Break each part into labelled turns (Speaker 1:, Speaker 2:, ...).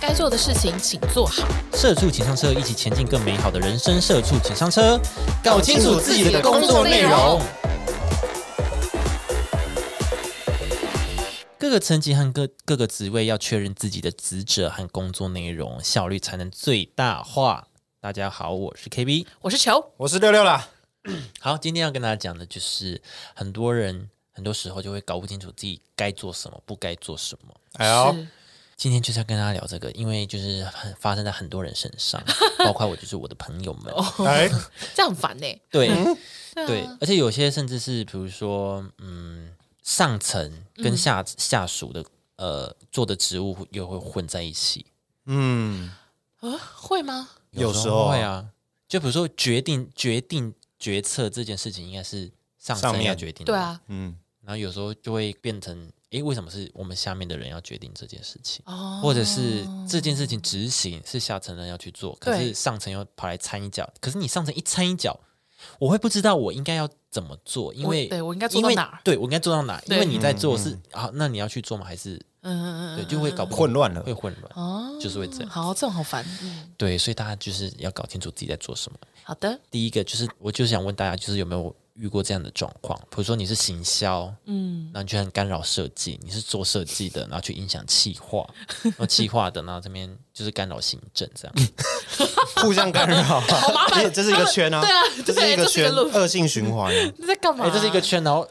Speaker 1: 该做的事情请做好，
Speaker 2: 社畜请上车，一起前进更美好的人生。社畜请上车，搞
Speaker 1: 清楚自己的工作内容。
Speaker 2: 各个层级和各各个职位要确认自己的职责和工作内容，效率才能最大化。大家好，我是 KB。
Speaker 1: 我是球，
Speaker 3: 我是六六啦，
Speaker 2: 好，今天要跟大家讲的就是，很多人很多时候就会搞不清楚自己该做什么，不该做什么。
Speaker 3: 哎呦，
Speaker 1: 是
Speaker 2: 今天就是要跟大家聊这个，因为就是很发生在很多人身 上，包括我，就是我的朋友们。
Speaker 3: 哎，
Speaker 1: 这样很烦欸呢、
Speaker 2: 对、
Speaker 1: 嗯
Speaker 2: 对，啊而且有些甚至是比如说，嗯，上层
Speaker 1: 嗯
Speaker 2: 跟下、下属的呃做的职务又会混在一起，
Speaker 3: 嗯，
Speaker 1: 啊，会吗？
Speaker 3: 有时
Speaker 2: 时
Speaker 3: 候
Speaker 2: 会啊，就比如说决定决定决策这件事情应该是上
Speaker 3: 上
Speaker 2: 层
Speaker 3: 面
Speaker 2: 要决定，
Speaker 1: 对，啊，
Speaker 3: 嗯，
Speaker 2: 然后有时候就会变成，诶，为什么是我们下面的人要决定这件事情？
Speaker 1: 哦，
Speaker 2: 或者是这件事情执行是下层人要去做，可
Speaker 1: 对
Speaker 2: 是上层又跑来掺一脚。可是你上层一掺一脚，我会不知道我应该要怎么做，因为
Speaker 1: 我对我应该做到
Speaker 2: 因为
Speaker 1: 哪儿
Speaker 2: 对我应该做到哪儿？
Speaker 1: 对
Speaker 2: 因为你在
Speaker 3: 嗯
Speaker 2: 做是啊，那你要去做吗？还是
Speaker 1: 嗯嗯嗯
Speaker 2: 对，就会搞不
Speaker 3: 混乱了
Speaker 2: 会混乱，
Speaker 1: 哦，
Speaker 2: 就是会这样。
Speaker 1: 好，这种好烦。嗯，
Speaker 2: 对，所以大家就是要搞清楚自己在做什么。
Speaker 1: 好的，
Speaker 2: 第一个就是，我就想问大家，就是有没有遇过这样的状况？比如说你是行销，
Speaker 1: 嗯，
Speaker 2: 然后你居然干扰设计，你是做设计的，然后去影响企划，然后企划的，然后这边就是干扰行政这样。
Speaker 3: 互相干扰， 好
Speaker 1: 麻烦
Speaker 3: 这是一个圈啊，
Speaker 1: 对啊
Speaker 3: 这是
Speaker 1: 对
Speaker 3: 一
Speaker 1: 这
Speaker 3: 个
Speaker 1: 是一个
Speaker 3: 圈，
Speaker 1: loop
Speaker 3: 恶性循环啊，
Speaker 1: 你在干嘛、
Speaker 2: 哎、这是一个，圈，然后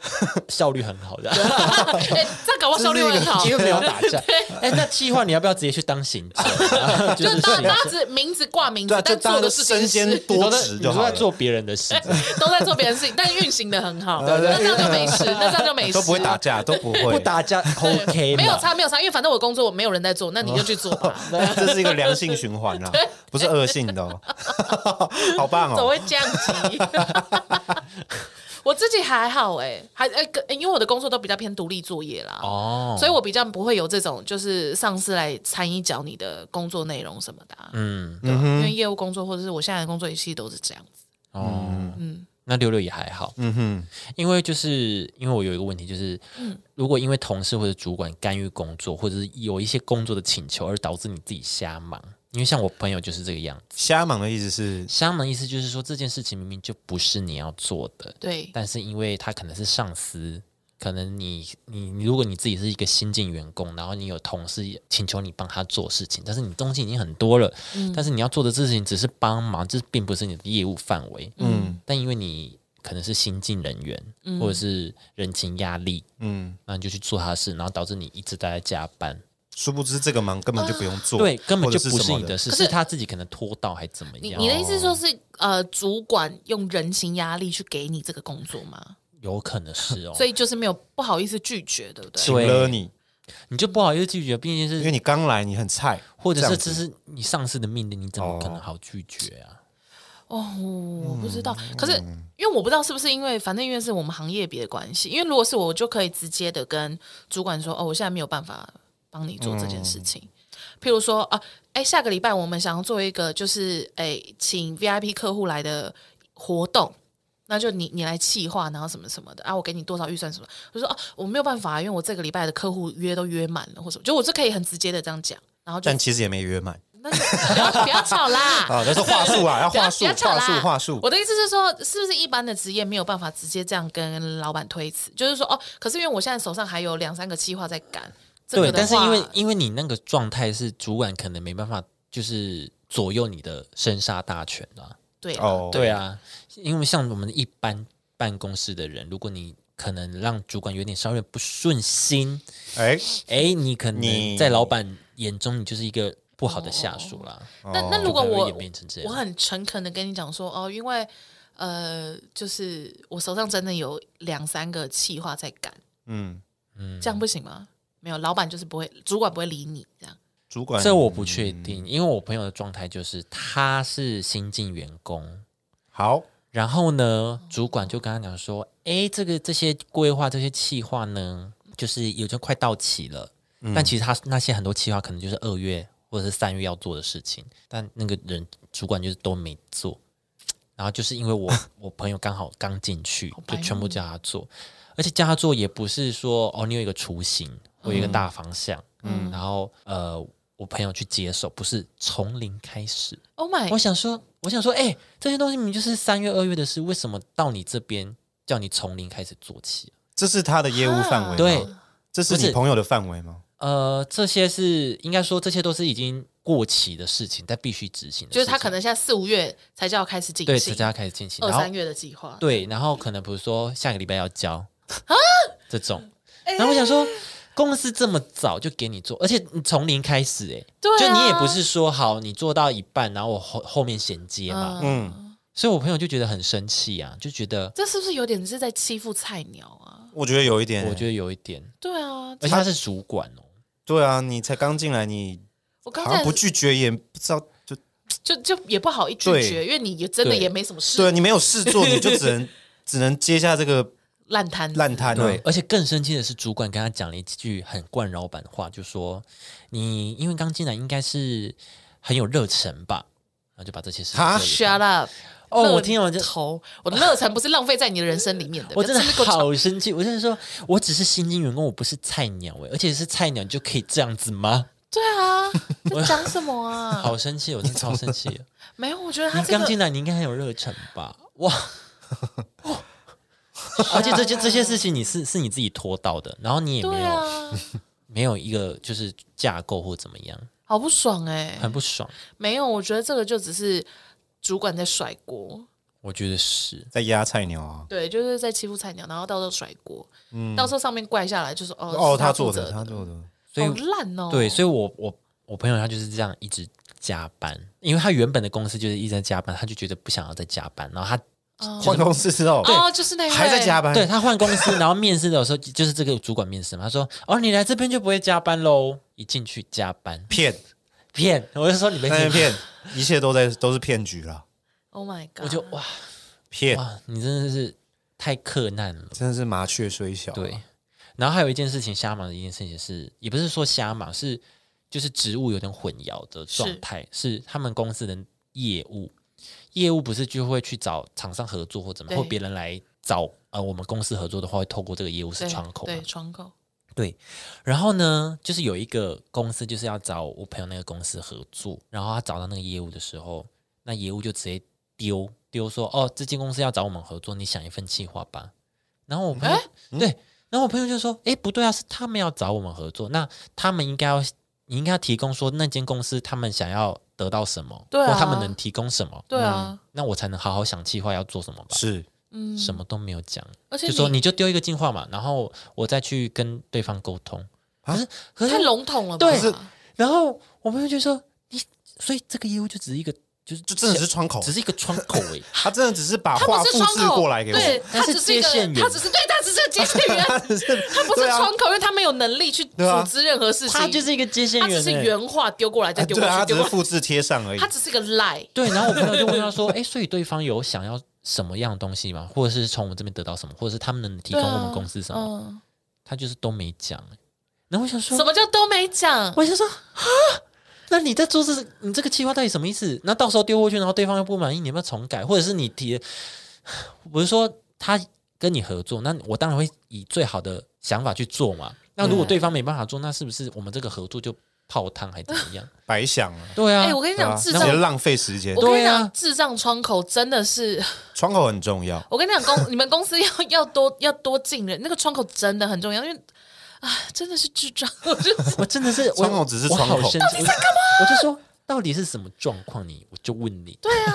Speaker 2: 效率很 好的，
Speaker 1: 哎、这样搞不好效率会很好。
Speaker 2: 因为 没有打架。哎、那计划你要不要直接去当行政？然 后就
Speaker 1: 就是是大
Speaker 2: 行
Speaker 1: 大家只
Speaker 2: 政，
Speaker 1: 名字挂名字
Speaker 3: 对啊，，就
Speaker 1: 但做
Speaker 3: 大家
Speaker 1: 的
Speaker 3: 都
Speaker 1: 事情
Speaker 3: 身
Speaker 1: 是
Speaker 3: 兼
Speaker 2: 你
Speaker 3: 多
Speaker 2: 都在
Speaker 3: 职
Speaker 2: 你
Speaker 3: 就
Speaker 2: 都
Speaker 3: 好
Speaker 2: 在
Speaker 3: 了，
Speaker 2: 做别人的事，
Speaker 1: 都在做别人的事情，但运行的很好，那这样就没事，那这样 就没事，啊
Speaker 3: 都不会打架，都不会
Speaker 2: 不，打架 OK
Speaker 1: 没有
Speaker 2: 嘛？
Speaker 1: 差没有差，因为反正我工作我没有人在做，那你就去做吧，
Speaker 3: 这是一个良性循环 啊，不是恶性的哦， 好棒
Speaker 1: 怎么
Speaker 3: 哦，
Speaker 1: 会降级？ 我自己还好哎、还哎、跟因为我的工作都比较偏独立作业啦，
Speaker 2: 哦，
Speaker 1: 所以我比较不会有这种就是上司来参一脚你的工作内容什么的啊、
Speaker 2: 嗯
Speaker 1: 对吧因为业务工作或者是我现在的工作一系都是这样子。
Speaker 2: 哦，
Speaker 1: 嗯
Speaker 2: 那六六也还好，
Speaker 3: 嗯哼，
Speaker 2: 因为就是因为我有一个问题，就是、如果因为同事或者主管干预工作，或者是有一些工作的请求而导致你自己瞎忙，因为像我朋友就是这个样子。
Speaker 3: 瞎忙的意思是，
Speaker 2: 瞎忙的意思就是说这件事情明明就不是你要做的，
Speaker 1: 对，
Speaker 2: 但是因为他可能是上司，可能你你你如果你自己是一个新进员工，然后你有同事请求你帮他做事情，但是你东西已经很多了，但是你要做的事情只是帮忙，这并不是你的业务范围。
Speaker 3: 嗯
Speaker 2: 但因为你可能是新进人员，
Speaker 1: 嗯
Speaker 2: 或者是人情压力，
Speaker 3: 嗯，
Speaker 2: 那你就去做他的事，然后导致你一直待在加班，
Speaker 3: 殊不知这个忙根本就不用做，
Speaker 2: 对，根本
Speaker 3: 或者
Speaker 2: 就不
Speaker 3: 什
Speaker 2: 是
Speaker 3: 么
Speaker 2: 你的
Speaker 3: 的，
Speaker 2: 事，
Speaker 1: 可是
Speaker 2: 是他自己可能拖到还怎么
Speaker 1: 你
Speaker 2: 样哦
Speaker 1: 你，的意思是说是呃，主管用人情压力去给你这个工作吗？
Speaker 2: 有可能是哦，
Speaker 1: 所以就是没有不好意思拒绝，对不对？
Speaker 3: 请了你，
Speaker 2: 你就不好意思拒绝，毕竟是
Speaker 3: 因为你刚来，你很菜，
Speaker 2: 或者是
Speaker 3: 这
Speaker 2: 这
Speaker 3: 样子
Speaker 2: 是你上司的命令，你怎么可能
Speaker 3: 哦
Speaker 2: 好拒绝啊？
Speaker 1: 哦，我不知道。可是因为我不知道是不是因为，反正因为是我们行业别的关系。因为如果是我，我就可以直接的跟主管说，哦，我现在没有办法帮你做这件事情。譬如说，啊，哎，下个礼拜我们想要做一个，就是哎，请 VIP 客户来的活动。那就你你来企划，然后什么什么的啊，我给你多少预算什么？我就说哦、我没有办法，因为我这个礼拜的客户约都约满了，或什么，就我是可以很直接的这样讲，然后就
Speaker 3: 但其实也没约满
Speaker 1: 那就不要不要吵 啦，
Speaker 3: 啊，那是话术啊，要
Speaker 1: 不要
Speaker 3: 话术，
Speaker 1: 不要吵
Speaker 3: 话
Speaker 1: 啦
Speaker 3: 术，话术，
Speaker 1: 我的意思是说，是不是一般的职业没有办法直接这样跟老板推辞？就是说，哦，可是因为我现在手上还有两三个计划在赶，这个
Speaker 2: 对，
Speaker 1: 的话
Speaker 2: 但是因为因为你那个状态是主管可能没办法，就是左右你的生杀大权啊。
Speaker 1: 对啊
Speaker 3: 哦，
Speaker 2: 对啊，因为像我们一般办公室的人，如果你可能让主管有点稍微不顺心，
Speaker 1: 嗯
Speaker 3: 哎，
Speaker 2: 哎，你可能
Speaker 3: 你
Speaker 2: 在老板眼中你就是一个不好的下属啦。
Speaker 1: 那嗯那
Speaker 3: 哦
Speaker 1: 如
Speaker 2: 就
Speaker 1: 果
Speaker 2: 可能会
Speaker 1: 我
Speaker 2: 演变成这
Speaker 1: 我
Speaker 2: 样，
Speaker 1: 很诚恳的跟你讲说，哦，因为呃，就是我手上真的有两三个计划在赶，
Speaker 3: 嗯，
Speaker 1: 这样不行吗？没有，老板就是不会，主管不会理你这样。
Speaker 3: 主管，
Speaker 2: 这我不确定，因为我朋友的状态就是他是新进员工，
Speaker 3: 好，
Speaker 2: 然后呢，主管就跟他讲说：“哎，这个这些规划、这些企划呢，就是有就快到期了。
Speaker 1: 嗯
Speaker 2: 但其实他那些很多企划可能就是二月或者是三月要做的事情，但那个人主管就是都没做。然后就是因 为我我朋友刚好刚进去
Speaker 1: 好，白
Speaker 2: 就
Speaker 1: 目
Speaker 2: 全部叫他做，而且叫他做也不是说哦，你有一个雏形，我有一个大方向，嗯，然后呃，我朋友去接手，不是从零开始。
Speaker 1: Oh my，
Speaker 2: 我想说，我想说，哎、这些东西明明就是三月、二月的事，为什么到你这边叫你从零开始做起？
Speaker 3: 这是他的业务范围吗？
Speaker 2: 对，
Speaker 3: 这是
Speaker 2: 不
Speaker 3: 你
Speaker 2: 是
Speaker 3: 朋友的范围吗？
Speaker 2: 呃，这些是应该说，这些都是已经过期的事情，但必须执行的事情。
Speaker 1: 就是他可能现在四五月才叫开始进
Speaker 2: 对，
Speaker 1: 行
Speaker 2: 才，要开始进行，
Speaker 1: 二
Speaker 2: 然后
Speaker 1: 三月的计划。
Speaker 2: 对，然后可能比如说下个礼拜要交
Speaker 1: 啊
Speaker 2: 这种，
Speaker 1: 哎
Speaker 2: 然后我想说。公司这么早就给你做，而且你从零开始、欸，
Speaker 1: 对啊
Speaker 2: 就你也不是说好你做到一半，然后我后后面衔接嘛，
Speaker 1: 嗯，
Speaker 3: 嗯，
Speaker 2: 所以我朋友就觉得很生气啊，就觉得
Speaker 1: 这是不是有点是在欺负菜鸟啊？
Speaker 3: 嗯我觉得有一点，
Speaker 2: 我觉
Speaker 3: 得
Speaker 2: 得有一点，
Speaker 1: 对啊，
Speaker 2: 而且他是主管哦，
Speaker 3: 对啊，你才刚进来，你
Speaker 1: 我刚
Speaker 3: 好像
Speaker 1: 才
Speaker 3: 不拒绝也不知道，就
Speaker 1: 就就也不好一拒
Speaker 3: 对
Speaker 1: 绝，因为你也真的
Speaker 2: 对
Speaker 1: 也没什么事，
Speaker 3: 对啊，你没有事 做，你就只能只能接下这个
Speaker 1: 烂摊子
Speaker 3: 烂摊啊。
Speaker 2: 对，而且更生气的是，主管跟他讲了一句很惯老板的话，就说你因为刚进来应该是很有热忱吧，然后就把这些事情
Speaker 3: 哈
Speaker 2: 做一遍
Speaker 1: Shut up！
Speaker 2: 哦
Speaker 1: 乐
Speaker 2: 我听完就
Speaker 1: 头，我的热忱不是浪费在你的人生里面的，
Speaker 2: 我真的
Speaker 1: 不要这么给吵。
Speaker 2: 好生气，我真的说，我只是新进员工，我不是菜鸟哎，而且是菜鸟你就可以这样子吗？
Speaker 1: 对 啊，在讲什么啊？
Speaker 2: 好生气，我真的超 生气了。
Speaker 1: 没有，我觉得他
Speaker 2: 你
Speaker 1: 啊这
Speaker 2: 刚
Speaker 1: 个
Speaker 2: 进来，你应该很有热忱吧？哇！ 而且这些这些事情，你是是你自己拖到的，然后你也没
Speaker 1: 对
Speaker 2: 有、
Speaker 1: 啊，
Speaker 2: 没有一个就是架构或怎么样，
Speaker 1: 好不爽哎、
Speaker 2: 很不爽。
Speaker 1: 没有，我觉得这个就只是主管在甩锅，
Speaker 2: 我觉得是，
Speaker 3: 在压菜鸟啊。
Speaker 1: 对，就是在欺负菜鸟，然后到时候甩锅，
Speaker 2: 嗯
Speaker 1: 到时候上面怪下来就是哦
Speaker 3: 哦，
Speaker 1: 是他
Speaker 3: 做
Speaker 1: 的，
Speaker 3: 的，他做的，
Speaker 2: 所以
Speaker 1: 好烂哦，
Speaker 2: 对，所以我我我朋友他就是这样一直加班，因为他原本的公司就是一直在加班，他就觉得不想要再加班，然后他
Speaker 3: 换公司之后
Speaker 1: 哦，就是那位
Speaker 3: 还在加，班，
Speaker 2: 对他换公司，然后面试的时候就就是这个主管面试嘛，他说：“哦，你来这边就不会加班喽。”一进去加班
Speaker 3: 骗，
Speaker 2: 骗，我就说你被
Speaker 3: 那边
Speaker 2: 骗，
Speaker 3: 骗，一切都在都是骗局啦，
Speaker 1: ，Oh my god，
Speaker 2: 我就哇
Speaker 3: 骗，
Speaker 2: 哇，你真的是太克难了。
Speaker 3: 真的是麻雀虽小啊。
Speaker 2: 对，然后还有一件事情，瞎忙的一件事情是，也不是说瞎忙，是就是职务有点混淆的状态，是他们公司的业务，业务不是就会去找厂商合作或怎么样，
Speaker 1: 对
Speaker 2: 或别人来找呃我们公司合作的话，会透过这个业务是
Speaker 1: 对
Speaker 2: 窗口嘛
Speaker 1: 对，窗口，
Speaker 2: 对，然后呢，就是有一个公司就是要找我朋友那个公司合作，然后他找到那个业务的时候，那业务就直接丢丢说，哦，这间公司要找我们合作，你想一份计划吧。然后我
Speaker 1: 啊
Speaker 2: 朋友、对，然后我朋友就说，哎，不对啊，是他们要找我们合作，那他们应该要你应该要提供说那间公司他们想要得到什么，
Speaker 1: 对啊
Speaker 2: 或他们能提供什么，
Speaker 1: 对啊，
Speaker 2: 那我才能好好想计划要做什么吧。
Speaker 3: 是
Speaker 1: 嗯，
Speaker 2: 什么都没有讲，
Speaker 1: 而且
Speaker 2: 就说
Speaker 1: 你
Speaker 2: 你就丢一个进化嘛，然后我再去跟对方沟通。
Speaker 1: 啊
Speaker 2: 可是可
Speaker 1: 太
Speaker 2: 是，
Speaker 1: 笼统了吧，
Speaker 2: 嗯对是然后我朋友就说你，所以这个业务就只是一个，就是
Speaker 3: 就真的是窗口
Speaker 2: 只，是一个窗口哎、
Speaker 3: 他真的只是把
Speaker 1: 他
Speaker 3: 话
Speaker 1: 不
Speaker 3: 复
Speaker 1: 是窗
Speaker 3: 制
Speaker 1: 口，
Speaker 3: 过来给我，
Speaker 1: 对，他
Speaker 2: 他
Speaker 1: 只
Speaker 2: 是
Speaker 1: 是一
Speaker 2: 接
Speaker 1: 个
Speaker 2: 线，员
Speaker 1: 他只是对，他只是个接线 员，他不是
Speaker 3: 对啊
Speaker 1: 窗口，因为他没有能力去
Speaker 3: 对啊
Speaker 1: 组织任何事情，
Speaker 2: 他就是一个接线
Speaker 1: 他
Speaker 2: 员、
Speaker 1: 只是
Speaker 2: 欸。
Speaker 1: 原话丢过来再
Speaker 3: 啊
Speaker 1: 丢
Speaker 3: 对
Speaker 1: 过
Speaker 3: 啊，
Speaker 1: 去，
Speaker 3: 他只
Speaker 1: 丢
Speaker 3: 是
Speaker 1: 过去，
Speaker 3: 复制贴上而已
Speaker 1: 他。只是个赖，
Speaker 2: 对，然后我朋友就问他说：“哎、所以对方有想要什么样的东西吗？或者是从我们这边得到什么，或者是他们能提供
Speaker 1: 对啊
Speaker 2: 我们公司什么？”
Speaker 1: 嗯，
Speaker 2: 他就是都没讲、欸。然后我想说，
Speaker 1: 什么叫都没讲，
Speaker 2: 我就说啊，那你在做这你这个计划到底什么意思？那到时候丢过去，然后对方又不满意，你要不要重改？或者是你提，我是说他跟你合作，那我当然会以最好的想法去做嘛。那如果对方没办法做，那是不是我们这个合作就泡汤还怎么样？
Speaker 3: 白想了，
Speaker 2: 对啊，
Speaker 1: 哎，我跟你
Speaker 3: 对
Speaker 1: 讲，
Speaker 3: 啊
Speaker 1: 智
Speaker 3: 直
Speaker 1: 障
Speaker 3: 接。浪费时间
Speaker 1: 我。跟你
Speaker 2: 对啊
Speaker 1: 讲，智障窗口真的是，
Speaker 3: 窗口很重要，
Speaker 1: 我跟你讲， 公你们公司要要多要多进人，那个窗口真的很重要，因为啊，真的是智障，我就
Speaker 2: 我真的是我
Speaker 3: 窗口只是
Speaker 2: 我
Speaker 3: 窗口
Speaker 2: 好生气，我我就说到底是什么状况？你我就问你，对，啊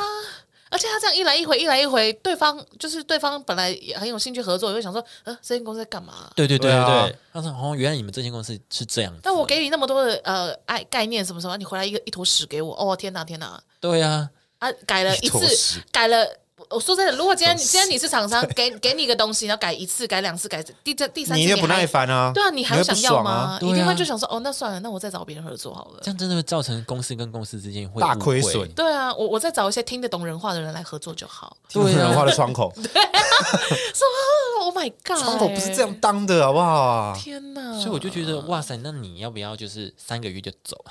Speaker 1: 而且他这样一来一回，一来一回，对方就是对方本来也很有兴趣合作，也会想说，呃，这间公司在干嘛、
Speaker 2: 对对对
Speaker 3: 对啊
Speaker 2: 对，他说哦，原来你们这间公司是这样子，
Speaker 1: 但我给你那么多的呃爱概念什么什么，你回来一个一坨屎给我，哦天哪天哪
Speaker 2: 对啊，
Speaker 1: 啊！改了一
Speaker 3: 一坨
Speaker 1: 次
Speaker 3: 屎，
Speaker 1: 改了。我我说真的，如果今 天今天你是厂商，给给你一个东西，然后改一次、改两次、改第这第三次，
Speaker 3: 你也
Speaker 1: 还
Speaker 3: 不耐，烦啊，
Speaker 1: 对啊，你还
Speaker 3: 会
Speaker 1: 有
Speaker 3: 不
Speaker 1: 想要
Speaker 3: 爽
Speaker 1: 吗？
Speaker 3: 啊？
Speaker 2: 对啊
Speaker 1: 一定会就想说，哦，那算了，那我再找别人合作好了
Speaker 2: 这。样真的会造成公司跟公司之间会
Speaker 3: 大
Speaker 2: 误会
Speaker 3: 亏损，
Speaker 1: 对啊，我我再找一些听得懂人话的人来合作就好。
Speaker 3: 听不
Speaker 2: 对啊
Speaker 3: 懂人话的 窗口，
Speaker 1: 哦 Oh my god！
Speaker 3: 窗口不是这样，当的，好不好啊？
Speaker 1: 天哪！
Speaker 2: 所以我就觉得，哇塞，那你要不要就是三个月就走？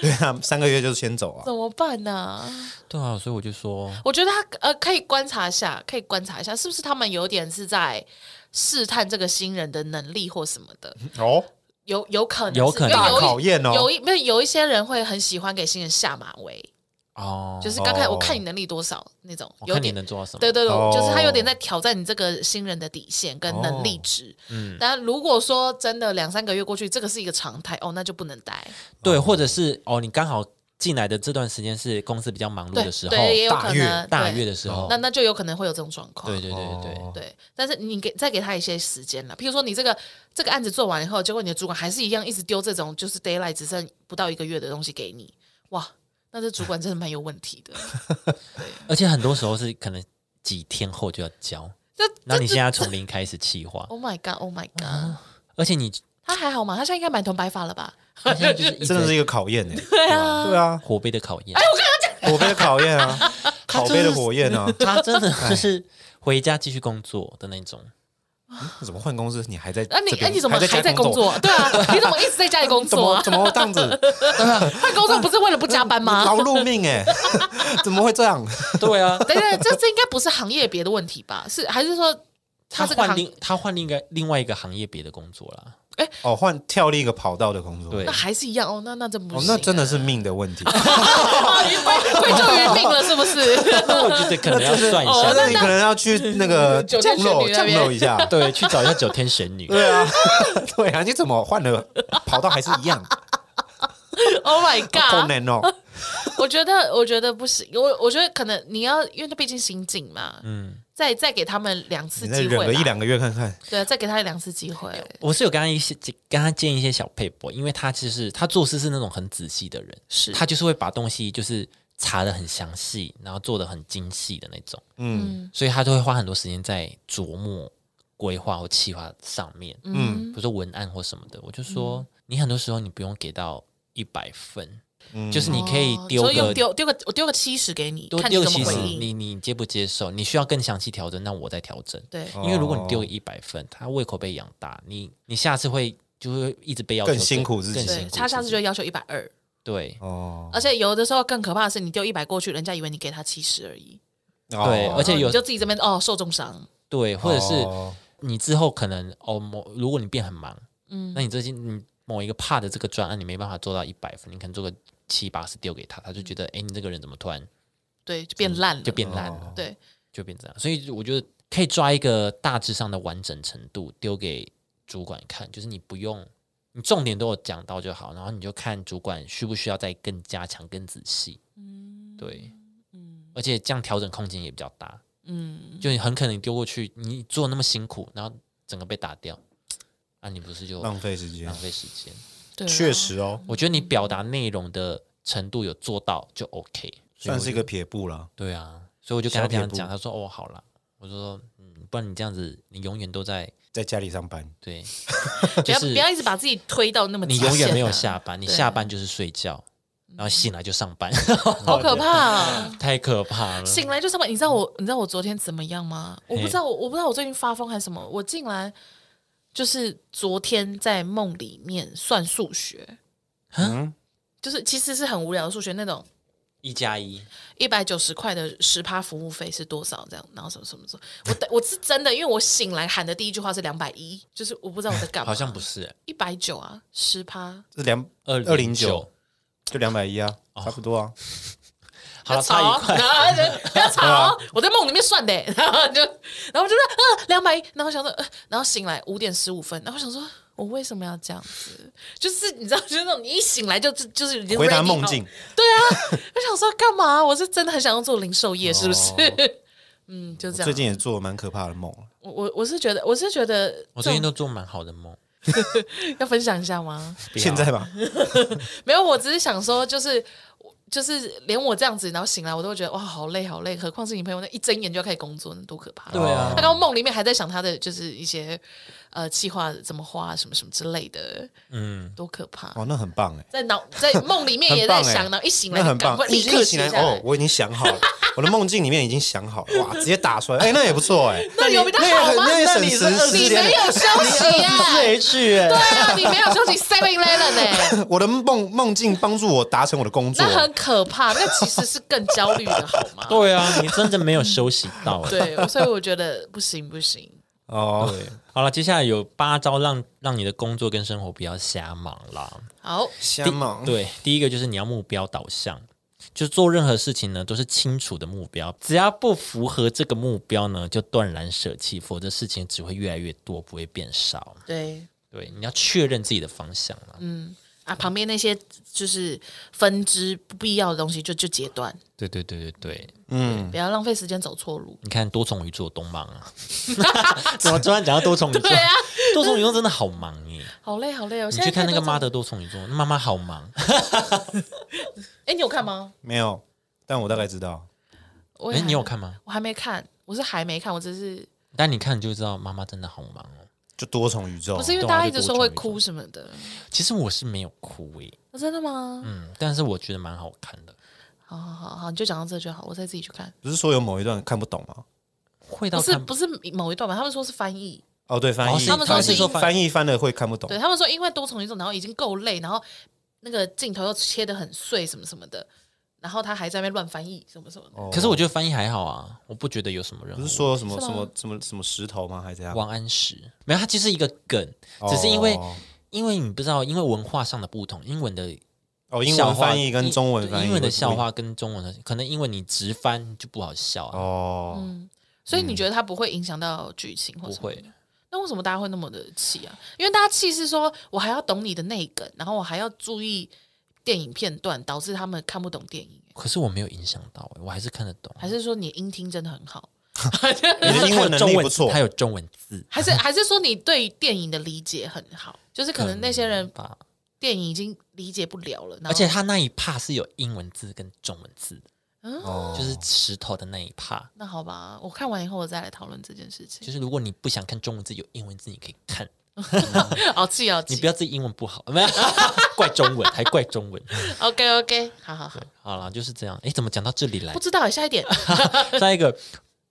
Speaker 3: 对啊，三个月就先走 啊
Speaker 1: 怎。么办呢、
Speaker 2: 对啊，所以我就说，
Speaker 1: 我觉得他呃可以观察一下，可以观察一下，是不是他们有点是在试探这个新人的能力或什么的，
Speaker 3: 哦，
Speaker 1: 有有可能是，
Speaker 2: 有可能
Speaker 1: 因为有一
Speaker 3: 大考验哦
Speaker 1: 有一没有有一些人会很喜欢给新人下马威，
Speaker 2: 哦，
Speaker 1: 就是刚开始
Speaker 3: 哦
Speaker 1: 我看你能力多少那种，
Speaker 2: 我
Speaker 1: 有
Speaker 2: 看你
Speaker 1: 点
Speaker 2: 能做到什么。
Speaker 1: 对对对，
Speaker 3: 哦
Speaker 1: 就是他有点在挑战你这个新人的底线跟能力值。
Speaker 2: 哦
Speaker 1: 嗯，但如果说真的两三个月过去，这个是一个常态哦，那就不能待。
Speaker 2: 对，或者是哦，你刚好进来的这段时间是公司比较忙碌
Speaker 1: 对
Speaker 2: 的时候，
Speaker 1: 对，也有可
Speaker 3: 大月
Speaker 1: 能
Speaker 2: 大
Speaker 1: 对
Speaker 2: 月的时候，
Speaker 1: 那那就有可能会有这种状况。
Speaker 2: 对对对对对，
Speaker 3: 哦
Speaker 1: 对，但是你给再给他一些时间了。比如说你这个这个案子做完以后，结果你的主管还是一样一直丢这种就是 d a y l i g h t 只剩不到一个月的东西给你，哇，那这主管真的蛮有问题的。
Speaker 2: 而且很多时候是可能几天后就要 交，
Speaker 1: 这
Speaker 2: 那
Speaker 1: 这
Speaker 2: 你
Speaker 1: 这
Speaker 2: 现在从零开始企划，
Speaker 1: ，Oh my God，Oh my God，
Speaker 3: 啊
Speaker 2: 而且 你
Speaker 1: 他还好吗？他现在应该满头白发了吧？
Speaker 2: 他现在就是一
Speaker 3: 真的是
Speaker 2: 个
Speaker 3: 一个考验哎、
Speaker 1: 对啊，
Speaker 3: 对啊，
Speaker 2: 火杯的考验，
Speaker 3: 火杯的考 验啊，
Speaker 2: 他
Speaker 3: 烤
Speaker 2: 真
Speaker 3: 杯的
Speaker 2: 是
Speaker 3: 火焰啊，
Speaker 2: 他真 的就是回家继续工作的那 种。
Speaker 3: 怎么换公司你还在这
Speaker 1: 那
Speaker 3: 边？
Speaker 1: 你哎，你怎么
Speaker 3: 还
Speaker 1: 还在
Speaker 3: 家
Speaker 1: 工
Speaker 3: 作？
Speaker 1: 作？对 啊，你怎么一直在家里工
Speaker 3: 怎
Speaker 1: 作
Speaker 3: 么
Speaker 1: 啊？
Speaker 3: 怎么这样子？
Speaker 1: 换工作不是为了不加班吗？
Speaker 3: 劳碌命哎、怎么会这样？
Speaker 2: 对啊，
Speaker 1: 等等，这这应该不是行业别的问题吧？是还是说他
Speaker 2: 他
Speaker 1: 这个
Speaker 2: 换
Speaker 1: 行
Speaker 2: 另他换另一个另外一个行业别的工作啦。
Speaker 3: 哦，换跳另一个跑道的工作，
Speaker 2: 对
Speaker 1: 那还是一样哦？那那真不
Speaker 3: 哦
Speaker 1: 行，，
Speaker 3: 那 真的是命的问题，
Speaker 1: 啊你归归咎于命了，是不 是？
Speaker 2: 那我觉得可能要算一
Speaker 1: 哦
Speaker 2: 下，
Speaker 3: 那你可能要去那个
Speaker 1: 酒
Speaker 3: 降
Speaker 1: 店仙
Speaker 3: 肉
Speaker 1: 女那
Speaker 3: 降
Speaker 1: 边
Speaker 3: 肉 一下。
Speaker 2: 对，去找一下九天神女。
Speaker 3: 对啊， 对啊，你怎么换了跑道还是一 样？
Speaker 1: Oh my
Speaker 3: 好
Speaker 1: god！
Speaker 3: 难哦，
Speaker 1: 我觉得，我觉得不行，我我觉得可能你要，因为他毕竟刑警嘛，
Speaker 2: 嗯，
Speaker 1: 再再给他们两次
Speaker 3: 你再
Speaker 1: 机
Speaker 3: 忍
Speaker 1: 会
Speaker 3: 个一
Speaker 1: 吧，
Speaker 3: 两个月看看。
Speaker 1: 对，啊再给他两次机会。
Speaker 2: 我是有跟他一些跟他建议一些小配博，因为他其实他做事是那种很仔细的人，
Speaker 1: 是
Speaker 2: 他就是会把东西就是查的很详细，然后做的很精细的那种，
Speaker 3: 嗯
Speaker 2: 所以他就会花很多时间在琢磨规划或企划上面，比
Speaker 1: 嗯，
Speaker 2: 如说文案或什么的。我就说，你很多时候你不用给到一百分，
Speaker 3: 嗯，
Speaker 2: 就是你可以
Speaker 1: 哦
Speaker 2: 丢
Speaker 1: 所以用
Speaker 2: 个
Speaker 1: 丢丢个我丢个七十给你，
Speaker 2: 多
Speaker 1: 看
Speaker 2: 丢
Speaker 1: 你
Speaker 2: 个
Speaker 1: 怎么
Speaker 2: 七
Speaker 1: 回
Speaker 2: 十，
Speaker 1: 应。
Speaker 2: 你你接不接受？你需要更详细调整，那我再调整。
Speaker 1: 对，
Speaker 3: 哦
Speaker 2: 因为如果你丢个一百分，他胃口被养大，你你下次会就会一直被要求
Speaker 3: 更辛苦自己
Speaker 2: 更辛
Speaker 1: 对
Speaker 2: 苦，
Speaker 1: 他下次
Speaker 2: 自己
Speaker 1: 就会要求一百二，
Speaker 2: 对
Speaker 3: 哦，
Speaker 1: 而且有的时候更可怕的是，你丢一百过去，人家以为你给他七十而已，
Speaker 2: 对
Speaker 3: 哦
Speaker 2: 而且
Speaker 1: 然后
Speaker 2: 有
Speaker 1: 你就自己这边哦受重伤，
Speaker 2: 对，或者是
Speaker 3: 哦
Speaker 2: 你之后可能哦某，如果你变很忙，
Speaker 1: 嗯
Speaker 2: 那你最近你某一个 part 的这个专案你没办法做到一百分，你可能做个七八十丢给他，他就
Speaker 1: 嗯
Speaker 2: 觉得哎你这个人怎么突然
Speaker 1: 对，就变烂了，
Speaker 2: 就变烂了，哦
Speaker 1: 对，
Speaker 2: 就变这样。所以我觉得可以抓一个大致上的完整程度丢给主管看，就是你不用你重点都有讲到就好，然后你就看主管需不需要再更加强、更仔细。对，
Speaker 1: 嗯
Speaker 2: 而且这样调整空间也比较大，
Speaker 1: 嗯，
Speaker 2: 就你很可能丢过去，你做那么辛苦，然后整个被打掉，啊，你不是就
Speaker 3: 浪费时间
Speaker 2: 浪，
Speaker 1: 啊
Speaker 2: 费时间？
Speaker 1: 对啊，
Speaker 3: 确实哦，
Speaker 2: 我觉得你表达内容的程度有做到就 OK，所以
Speaker 1: 啊
Speaker 3: 算
Speaker 2: 我
Speaker 3: 是一个撇步了。
Speaker 2: 对啊，所以我就跟他
Speaker 3: 小
Speaker 2: 这
Speaker 3: 撇
Speaker 2: 样
Speaker 3: 步
Speaker 2: 讲，他说哦好啦，我就说嗯，不然你这样子，你永远都在
Speaker 3: 在家里上班，
Speaker 2: 对，
Speaker 1: 不
Speaker 2: 就
Speaker 1: 要
Speaker 2: 是
Speaker 1: 不要一直把自己推到那么极
Speaker 2: 你
Speaker 1: 限啊
Speaker 2: 永远没有，下班，你
Speaker 1: 对
Speaker 2: 下班就是睡觉，然后醒来就上班，
Speaker 1: 好可怕啊！
Speaker 2: 太可怕了。
Speaker 1: 醒来就上班，你知道我你知道我昨天怎么样吗？我不知道我我不知道我最近发疯还是什么，我竟然就是昨天在梦里面算数学，
Speaker 3: 嗯，
Speaker 1: 就是其实是很无聊的数学那种。
Speaker 2: 一加一，
Speaker 1: 一百九十块的十趴服务费是多少？这样，然后什么什么什么，我我是真的，因为我醒来喊的第一句话是两百一，就是我不知道我在干嘛，
Speaker 2: 好像不是
Speaker 1: 一百九啊，十趴，
Speaker 3: 这两
Speaker 2: 二哦
Speaker 3: 二零九，就两百一啊，差不多啊。
Speaker 2: 好了，
Speaker 1: 吵
Speaker 2: 差
Speaker 1: 啊
Speaker 2: 一，块，
Speaker 1: 然后就不要吵 啊，我在梦里面算的欸， 然后就，然后我就说，呃，两百，然后想说，呃然后醒来五点十五分，然后我想说。我为什么要这样子？就是你知道，就是那种你一醒来就就就是已经
Speaker 3: 回答
Speaker 1: ready
Speaker 3: 梦
Speaker 1: 好
Speaker 3: 境，
Speaker 1: 对啊，我想说干嘛？我是真的很想要做零售
Speaker 2: 哦
Speaker 1: 业，是不是？ 嗯，就这样。
Speaker 3: 最近也做了蛮可怕的梦，
Speaker 1: 我我我是觉得，我是觉得
Speaker 2: 我
Speaker 1: 这种
Speaker 2: 最近都做蛮好的梦，
Speaker 1: 要分享一下吗？
Speaker 2: 不要
Speaker 3: 现在吧，
Speaker 1: 没有，我只是想说，就是就是连我这样子，然后醒来我都会觉得哇，好累好累，何况是你朋友那一睁眼就要开始工作，那多可怕！
Speaker 2: 对啊
Speaker 1: 他刚刚梦里面还在想他的就是一些呃计划怎么花什么什么之类的，
Speaker 2: 嗯，
Speaker 1: 多可怕！
Speaker 3: 哦，那很棒哎，
Speaker 1: 在脑在梦里面也在
Speaker 3: 很棒欸
Speaker 1: 想，然后一醒来
Speaker 3: 那很
Speaker 1: 赶
Speaker 3: 棒
Speaker 1: 快，
Speaker 3: 一
Speaker 1: 立刻写
Speaker 3: 一醒
Speaker 1: 下
Speaker 3: 来哦，我已经想好了，我的梦境里面已经想好了， 哇，直接打出来，哎，那也不错哎，
Speaker 1: 那有比较好吗？
Speaker 3: 那也
Speaker 1: 那
Speaker 3: 省
Speaker 1: 你
Speaker 3: 时
Speaker 1: 你
Speaker 3: 失
Speaker 1: 没
Speaker 3: 联。
Speaker 1: 有休 息啊！
Speaker 2: H 哎、
Speaker 1: 对啊，你没有休息 Seven Eleven 呢。
Speaker 3: 欸我的梦梦境帮助我达成我的工作
Speaker 1: 那，很可怕，那其实是更焦
Speaker 2: 哦
Speaker 1: 虑的，好吗？
Speaker 2: 对啊，你真的没有休息到、欸，
Speaker 1: 对，所以我觉得不行不行，
Speaker 3: 哦，
Speaker 2: 对，好了，接下来有八招让让你的工作跟生活不要瞎忙啦。
Speaker 1: 好，
Speaker 3: 瞎
Speaker 2: 第
Speaker 3: 忙，
Speaker 2: 对，第一个就是你要目标导向，就是做任何事情呢都是清楚的目标，只要不符合这个目标呢，就断然舍弃，否则事情只会越来越多，不会变少。
Speaker 1: 对，
Speaker 2: 对，你要确认自己的方向啊。
Speaker 1: 啊，旁边那些就是分支不必要的东西就就截断，
Speaker 2: 对对对对对，
Speaker 3: 嗯，
Speaker 1: 不要浪费时间走错路。
Speaker 2: 你看多重宇宙多忙 啊！怎么突然讲到多重宇宙？多重宇宙真的好忙耶！
Speaker 1: 好累，好累哦！我
Speaker 2: 啊你
Speaker 1: 现在
Speaker 2: 去看那个
Speaker 1: 妈
Speaker 2: 妈
Speaker 1: 的，
Speaker 2: 的多重宇宙，妈妈好忙。
Speaker 1: 哎，你有看吗？
Speaker 3: 没有，但我大概知道。
Speaker 1: 我也
Speaker 2: 哎，
Speaker 1: 还
Speaker 2: 你有？看吗？
Speaker 1: 我还没看，我是还没看，我只是
Speaker 2: 但你看你就知道妈妈真的好忙哦。
Speaker 3: 就多重宇宙，
Speaker 1: 不是因为
Speaker 2: 对
Speaker 1: 大
Speaker 2: 啊
Speaker 1: 家
Speaker 2: 就
Speaker 1: 一直
Speaker 2: 多
Speaker 1: 说
Speaker 2: 重
Speaker 1: 会
Speaker 2: 宇宙
Speaker 1: 哭什么的，
Speaker 2: 其实我是没有哭诶、
Speaker 1: 啊真的吗？
Speaker 2: 嗯，但是我觉得蛮好看的，
Speaker 1: 好好好好，你就讲到这就好，我再自己去看。
Speaker 3: 不是说有某一段看不懂吗？
Speaker 2: 会到
Speaker 1: 不是
Speaker 2: 看
Speaker 1: 不是某一段吧？他们说是翻译，
Speaker 3: 哦，对，翻
Speaker 2: 哦
Speaker 3: 译，
Speaker 2: 他
Speaker 1: 们说
Speaker 3: 翻译
Speaker 1: 是
Speaker 2: 说翻
Speaker 3: 翻译翻了会看不懂
Speaker 1: 对，他们说因为多重宇宙，然后已经够累，然后那个镜头又切得很碎，什么什么的，然后他还在那边乱翻译什么什么的。
Speaker 3: 哦
Speaker 2: 可是我觉得翻译还好啊，我不觉得有什么任何
Speaker 3: 不是说什么
Speaker 1: 是吗
Speaker 3: 什么什么什么石头吗？还是这样？
Speaker 2: 王安石没有，它就是一个梗，只是因为、
Speaker 3: 哦
Speaker 2: 因为你不知道，因为文化上的不同，英文的
Speaker 3: 哦，英
Speaker 2: 笑
Speaker 3: 文
Speaker 2: 话
Speaker 3: 翻译跟中文
Speaker 2: 对
Speaker 3: 翻译，
Speaker 2: 英文的笑话跟中文的可能英文你直翻就不好笑啊，
Speaker 3: 哦，
Speaker 1: 嗯，所以你觉得它不会影响到剧情或
Speaker 2: 不
Speaker 1: 什么的？
Speaker 2: 会。
Speaker 1: 那为什么大家会那么的气啊？因为大家气是说我还要懂你的内梗，然后我还要注意电影片段，导致他们看不懂电影，
Speaker 2: 可是我没有影响到、欸，我还是看得懂。
Speaker 1: 还是说你音听真的很好，
Speaker 3: 你的英文能力不错
Speaker 2: 它，有中文字
Speaker 1: 还 是还是说你对电影的理解很好？就是可能那些人
Speaker 2: 吧，
Speaker 1: 电影已经理解不了了，然后
Speaker 2: 而且它那一帕是有英文字跟中文字，
Speaker 3: 哦
Speaker 2: 就是石头的那一帕。
Speaker 1: 那好吧，我看完以后我再来讨论这件事情
Speaker 2: 就。是如果你不想看中文字，有英文字你可以看，
Speaker 1: 好气好
Speaker 2: 你
Speaker 1: 气
Speaker 2: 不要自己英文不好，没有 怪中文，还怪中文。
Speaker 1: ，OK OK，好好好，
Speaker 2: 好了，就是这样。哎，怎么讲到这里来
Speaker 1: 不？知道下一 点
Speaker 2: 再一个，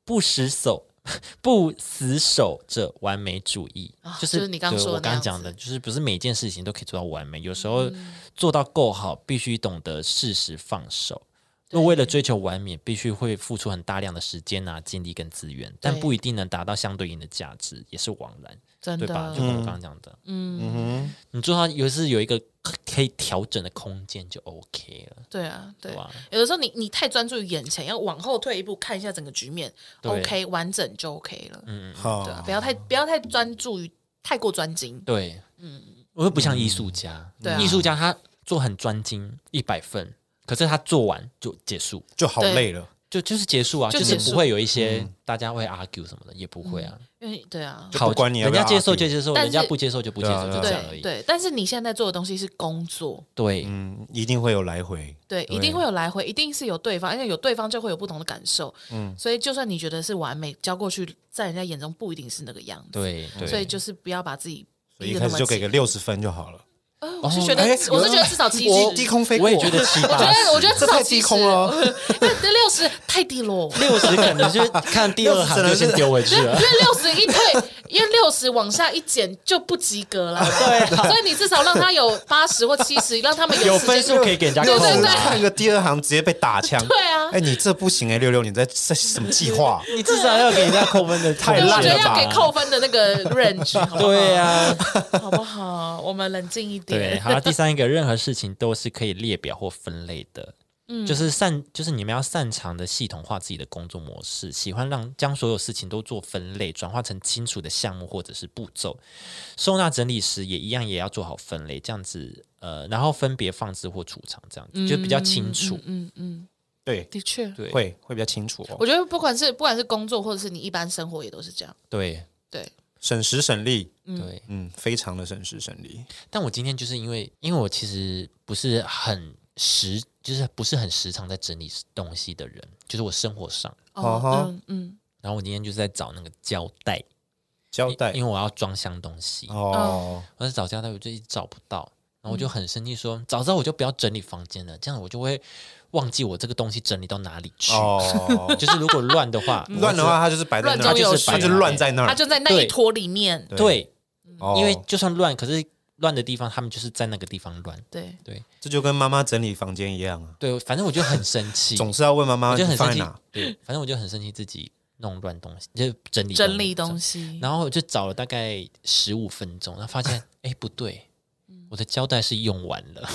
Speaker 2: 不死守， 不死守着完美主义，
Speaker 1: 啊
Speaker 2: 就是
Speaker 1: 就是你刚
Speaker 2: 对
Speaker 1: 说的
Speaker 2: 我刚
Speaker 1: 那样
Speaker 2: 刚讲的，
Speaker 1: 子嗯
Speaker 2: 就是不是每件事情都可以做到完美，有时候做到够好，必须懂得适时放手。那为了追求完美，必须会付出很大量的时间啊、精力跟资源，但
Speaker 1: 对
Speaker 2: 不一定能达到相对应的价值，也是枉然，
Speaker 1: 真
Speaker 2: 对吧？
Speaker 1: 的
Speaker 2: 就，跟我刚刚讲的，
Speaker 1: 嗯，
Speaker 3: 嗯
Speaker 2: 你做到有是有一个可以调整的空间就 OK 了，
Speaker 1: 对啊，对
Speaker 2: 对。吧？
Speaker 1: 有的时候你你太专注于眼前，要往后退一步看一下整个局面
Speaker 2: 对
Speaker 1: ，OK 完整就 OK 了。嗯，
Speaker 3: 哼，好
Speaker 1: 对啊，不要太不要太专注于太过专精。
Speaker 2: 对，嗯，我又不像艺术家，
Speaker 1: 对啊
Speaker 2: 艺术家他做很专精，一百分，可是他做完就结束，
Speaker 3: 就好累了。
Speaker 2: 就就是结束啊，
Speaker 1: 就
Speaker 2: 就
Speaker 1: 结束
Speaker 2: 是不会有一些大家会 argue 什么的，也不会啊。
Speaker 1: 因为对啊，
Speaker 3: 嗯就
Speaker 2: 好，
Speaker 3: 不管你要
Speaker 2: 人
Speaker 3: 不要
Speaker 2: 家接受
Speaker 3: argue
Speaker 2: 就接受，
Speaker 1: 但是
Speaker 2: 人家不接受就不接受，
Speaker 3: 对啊
Speaker 2: 就这样而
Speaker 1: 对
Speaker 2: 已。
Speaker 1: 对，但是你现在做的东西是工作，
Speaker 2: 对
Speaker 3: 嗯，一定会有来回。
Speaker 1: 对，一定会有来回，一定是有对方，因为有对方就会有不同的感受。嗯，所以就算你觉得是完美，交过去，在人家眼中不一定是那个样子。
Speaker 2: 对对，
Speaker 1: 所以就是不要把自己
Speaker 3: 所
Speaker 1: 逼
Speaker 3: 以一
Speaker 1: 得
Speaker 3: 开
Speaker 1: 那
Speaker 3: 始
Speaker 1: 么
Speaker 3: 就给个
Speaker 1: 紧。哦
Speaker 3: 六十分就好了。
Speaker 1: 我是觉得
Speaker 3: 哎，
Speaker 1: 我是觉得至少七十。我
Speaker 3: 低空飞过，
Speaker 2: 我也觉得七
Speaker 1: 觉
Speaker 2: 八
Speaker 1: 得，我觉得至
Speaker 3: 这
Speaker 1: 少
Speaker 3: 太
Speaker 1: 七
Speaker 3: 低
Speaker 1: 十，
Speaker 3: 空了哦。
Speaker 1: 那那六十太低了。
Speaker 2: 六十可能就是看第二行就先丢回去
Speaker 1: 因
Speaker 2: 了。
Speaker 1: 为六十一 退，因为六十往下一减就不及格了。对、所以你至少让他有八十或七 十，让他们
Speaker 2: 啊有
Speaker 1: 时
Speaker 2: 分
Speaker 1: 间
Speaker 2: 数可以给人家扣
Speaker 1: 对
Speaker 3: 啊
Speaker 1: 对对
Speaker 2: 啦。
Speaker 3: 看个第二行直接被打枪。
Speaker 1: 对啊
Speaker 3: 哎，你这不行哎，六六，你在在什么计划？
Speaker 2: 你至少要给人家扣分的，太
Speaker 1: 对我
Speaker 2: 烂
Speaker 1: 觉
Speaker 2: 了
Speaker 1: 得要
Speaker 2: 吧？
Speaker 1: 给扣分的那 个 range，好不好
Speaker 2: 对啊，
Speaker 1: 好不好？我们冷静一
Speaker 2: 对，啊
Speaker 1: 点。
Speaker 2: 好，第三个，任何事情都是可以列表或分类的。嗯，就是擅，就是你们要擅长的系统化自己的工作模式，喜欢让将所有事情都做分类，转化成清楚的项目或者是步骤。收纳整理时也一样，也要做好分类，这样子，呃，然后分别放置或储藏，这样子就比较清楚。
Speaker 1: 嗯嗯，
Speaker 3: 对，
Speaker 1: 的确，
Speaker 2: 对，
Speaker 3: 会会比较清楚哦，
Speaker 1: 我觉得不管是不管是工作或者是你一般生活也都是这样。
Speaker 2: 对，
Speaker 1: 对，
Speaker 3: 省时省力。
Speaker 2: 对。
Speaker 3: 嗯，非常的省时省力。
Speaker 2: 但我今天就是因为，因为我其实不是很时，就是不是很时常在整理东西的人，就是我生活上。
Speaker 3: 哦吼
Speaker 1: 哦，嗯嗯，
Speaker 2: 然后我今天就是在找那个胶带，
Speaker 3: 胶带
Speaker 2: 因为我要装箱东西，
Speaker 3: 哦，嗯
Speaker 2: 我在找胶带，我就一直找不到，然后我就很生气说，早知道我就不要整理房间了，这样我就会忘记我这个东西整理到哪里去。
Speaker 3: 哦，
Speaker 2: 就是如果乱的 话，
Speaker 3: 乱的话，它就是摆在那
Speaker 1: 乱
Speaker 3: 儿，
Speaker 1: 中有
Speaker 3: 就是
Speaker 1: 序
Speaker 3: 它就乱在那
Speaker 1: 他
Speaker 3: 儿。
Speaker 1: 就在那一坨里面。
Speaker 2: 我就，对，
Speaker 3: 哦
Speaker 2: 因为就算乱，可是乱的地方他们就是在那个地方乱，
Speaker 1: 对，
Speaker 2: 对
Speaker 3: 这就跟妈妈整理房间一样啊，
Speaker 2: 对，反正我就很生气，
Speaker 3: 总是要问妈妈
Speaker 2: 嗯
Speaker 3: 啊
Speaker 2: 我就很
Speaker 3: 你放
Speaker 2: 生
Speaker 3: 在
Speaker 2: 气
Speaker 3: 哪。，
Speaker 2: 对，反正我就很生气自己弄乱东西，就是整理
Speaker 1: 整理
Speaker 2: 西。
Speaker 1: 东西，
Speaker 2: 然后我就找了大概十五分钟，然后发 现哎不对，
Speaker 1: 嗯
Speaker 2: 我的胶带是用完了，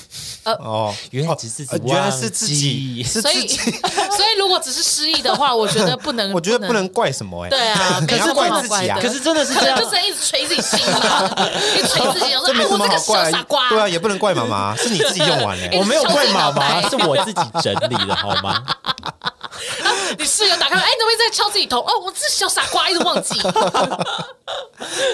Speaker 3: 哦，
Speaker 2: 原来只是自
Speaker 3: 呃
Speaker 2: 己
Speaker 3: 原来
Speaker 2: 忘
Speaker 3: 是自己，
Speaker 2: 记
Speaker 3: 是
Speaker 1: 所
Speaker 3: 自
Speaker 1: 以
Speaker 3: 己，
Speaker 1: 所以如果只是失忆的话，我觉得不 能，
Speaker 3: 我觉得不能怪什么哎、
Speaker 1: 对 啊，
Speaker 3: 可
Speaker 1: 不能
Speaker 3: 是怪
Speaker 1: 怪
Speaker 3: 自己啊
Speaker 1: 的
Speaker 2: 可是真的是
Speaker 1: 可
Speaker 2: 这
Speaker 1: 能
Speaker 2: 样
Speaker 1: 就，是一直捶自己心 嘛，一直捶自己，我说
Speaker 3: 这没
Speaker 1: 哎，
Speaker 3: 什
Speaker 1: 我
Speaker 3: 么
Speaker 1: 这
Speaker 3: 好
Speaker 1: 个
Speaker 3: 怪
Speaker 1: 小，傻瓜，
Speaker 3: 对啊，也不能怪妈妈，是你自己用完了、
Speaker 1: 哎
Speaker 2: 我没有怪
Speaker 1: 敲
Speaker 2: 妈 妈，
Speaker 1: 自
Speaker 2: 是我自己整理的好吗？
Speaker 1: 你室友打开门，哎，你怎么一直在敲自己头？哦，我这小傻瓜一直忘 记，哦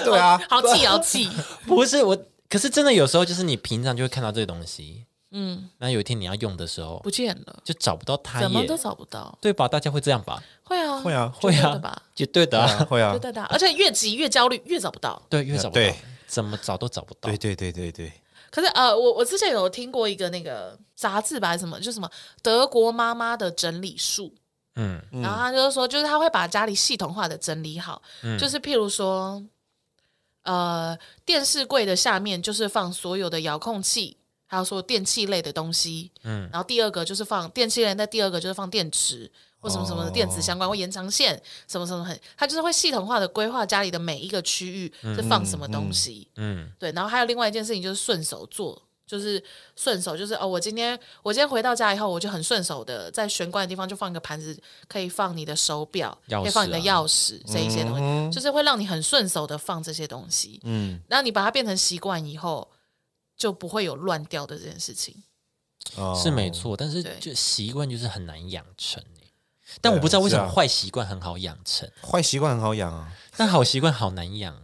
Speaker 3: 对啊，
Speaker 1: 好记好记，
Speaker 2: 不是我，可是真的有时候就是你平常就会看到这个东西，嗯，那有一天你要用的时候
Speaker 1: 不见 了，
Speaker 2: 就找不到它
Speaker 1: 怎么都
Speaker 2: 耶，
Speaker 1: 找不到，
Speaker 2: 对吧？大家会这样吧？
Speaker 1: 会啊
Speaker 3: 会啊
Speaker 2: 会
Speaker 1: 绝对
Speaker 2: 啊
Speaker 1: 的吧，
Speaker 2: 绝对的
Speaker 3: 啊
Speaker 2: 啊，
Speaker 3: 会啊
Speaker 1: 对，对的，而且越急越焦虑，越找不到。
Speaker 2: 对，越找不到
Speaker 3: 对，
Speaker 2: 怎么找都找不到
Speaker 3: 对。对对对对，
Speaker 1: 可是呃，我我之前有听过一个那个杂志吧，还是什么就什么德国妈妈的整理术，
Speaker 2: 嗯，
Speaker 1: 然后他就是说，就是他会把家里系统化的整理好，就是譬如说，呃，电视柜的下面就是放所有的遥控器，还有所有电器类的东西，嗯，然后第二个就是放电器类，那第二个就是放电池或什么什么的电子相关、或延长线什么什么很，他就是会系统化的规划家里的每一个区域是放什么东西，
Speaker 2: 嗯，
Speaker 1: 对，然后还有另外一件事情就是顺手做，就是顺手就是哦，我今天我今天回到家以后，我就很顺手的在玄关的地方就放一个盘子，可以放你的手表，
Speaker 2: 钥
Speaker 1: 可以放你的
Speaker 2: 匙啊嗯
Speaker 1: 钥匙这一些东西，就是会让你很顺手的放这些东西。
Speaker 3: 嗯，
Speaker 1: 那你把它变成习惯以后，就不会有乱掉的这件事 情。
Speaker 3: 哦
Speaker 2: 是没，错，但是
Speaker 1: 对
Speaker 2: 就习惯就是很难养成欸但我不知道为什
Speaker 3: 是
Speaker 2: 么
Speaker 3: 啊
Speaker 2: 坏习惯很好养成，
Speaker 3: 坏习惯很好养啊，
Speaker 2: 但好习惯好难养。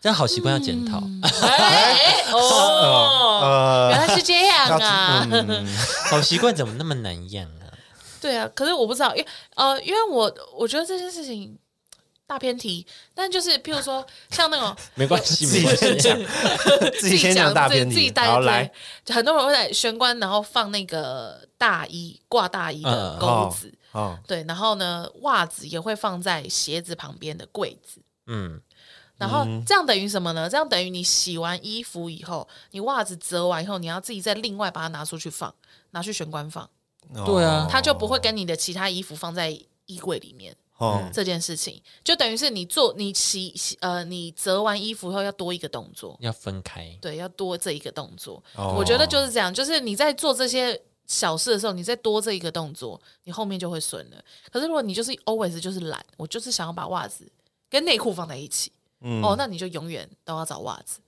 Speaker 2: 但好习惯要检讨，
Speaker 1: 哎哦，
Speaker 3: 呃，
Speaker 1: 原来是这样啊。
Speaker 2: 嗯
Speaker 3: 嗯
Speaker 2: 好习惯怎么那么难养啊？
Speaker 1: 对啊，可是我不知道，因为呃，因为我我觉得这件事情大偏题，但就是譬如说像那种。
Speaker 2: 没关系，
Speaker 3: 自
Speaker 2: 没
Speaker 3: 己
Speaker 2: 关
Speaker 3: 先
Speaker 2: 系
Speaker 3: 讲，自己先讲大
Speaker 1: 自己
Speaker 3: 便
Speaker 1: 自己
Speaker 3: 体，
Speaker 1: 带
Speaker 3: 好
Speaker 1: 对
Speaker 3: 来，
Speaker 1: 很多人会在玄关，然后放那个大衣挂大衣的
Speaker 2: 嗯
Speaker 1: 钩子，
Speaker 3: 哦，
Speaker 1: 对，然后呢，袜子也会放在鞋子旁边的柜子。
Speaker 2: 嗯，
Speaker 1: 然后这样等于什么呢？这样等于你洗完衣服以后，你袜子折完以后，你要自己再另外把它拿出去放，拿去玄关放，
Speaker 3: 哦
Speaker 2: 对啊
Speaker 1: 它就不会跟你的其他衣服放在衣柜里面。
Speaker 3: 哦，
Speaker 1: 这件事情就等于是你做你洗洗呃，你折完衣服后要多一个动作，
Speaker 2: 要分开，
Speaker 1: 对，要多这一个动作。
Speaker 3: 哦
Speaker 1: 我觉得就是这样，就是你在做这些小事的时候，你再多这一个动作，你后面就会顺了。可是如果你就是 always 就是懒，我就是想要把袜子跟内裤放在一起，
Speaker 3: 嗯
Speaker 1: 哦，那你就永远都要找袜子。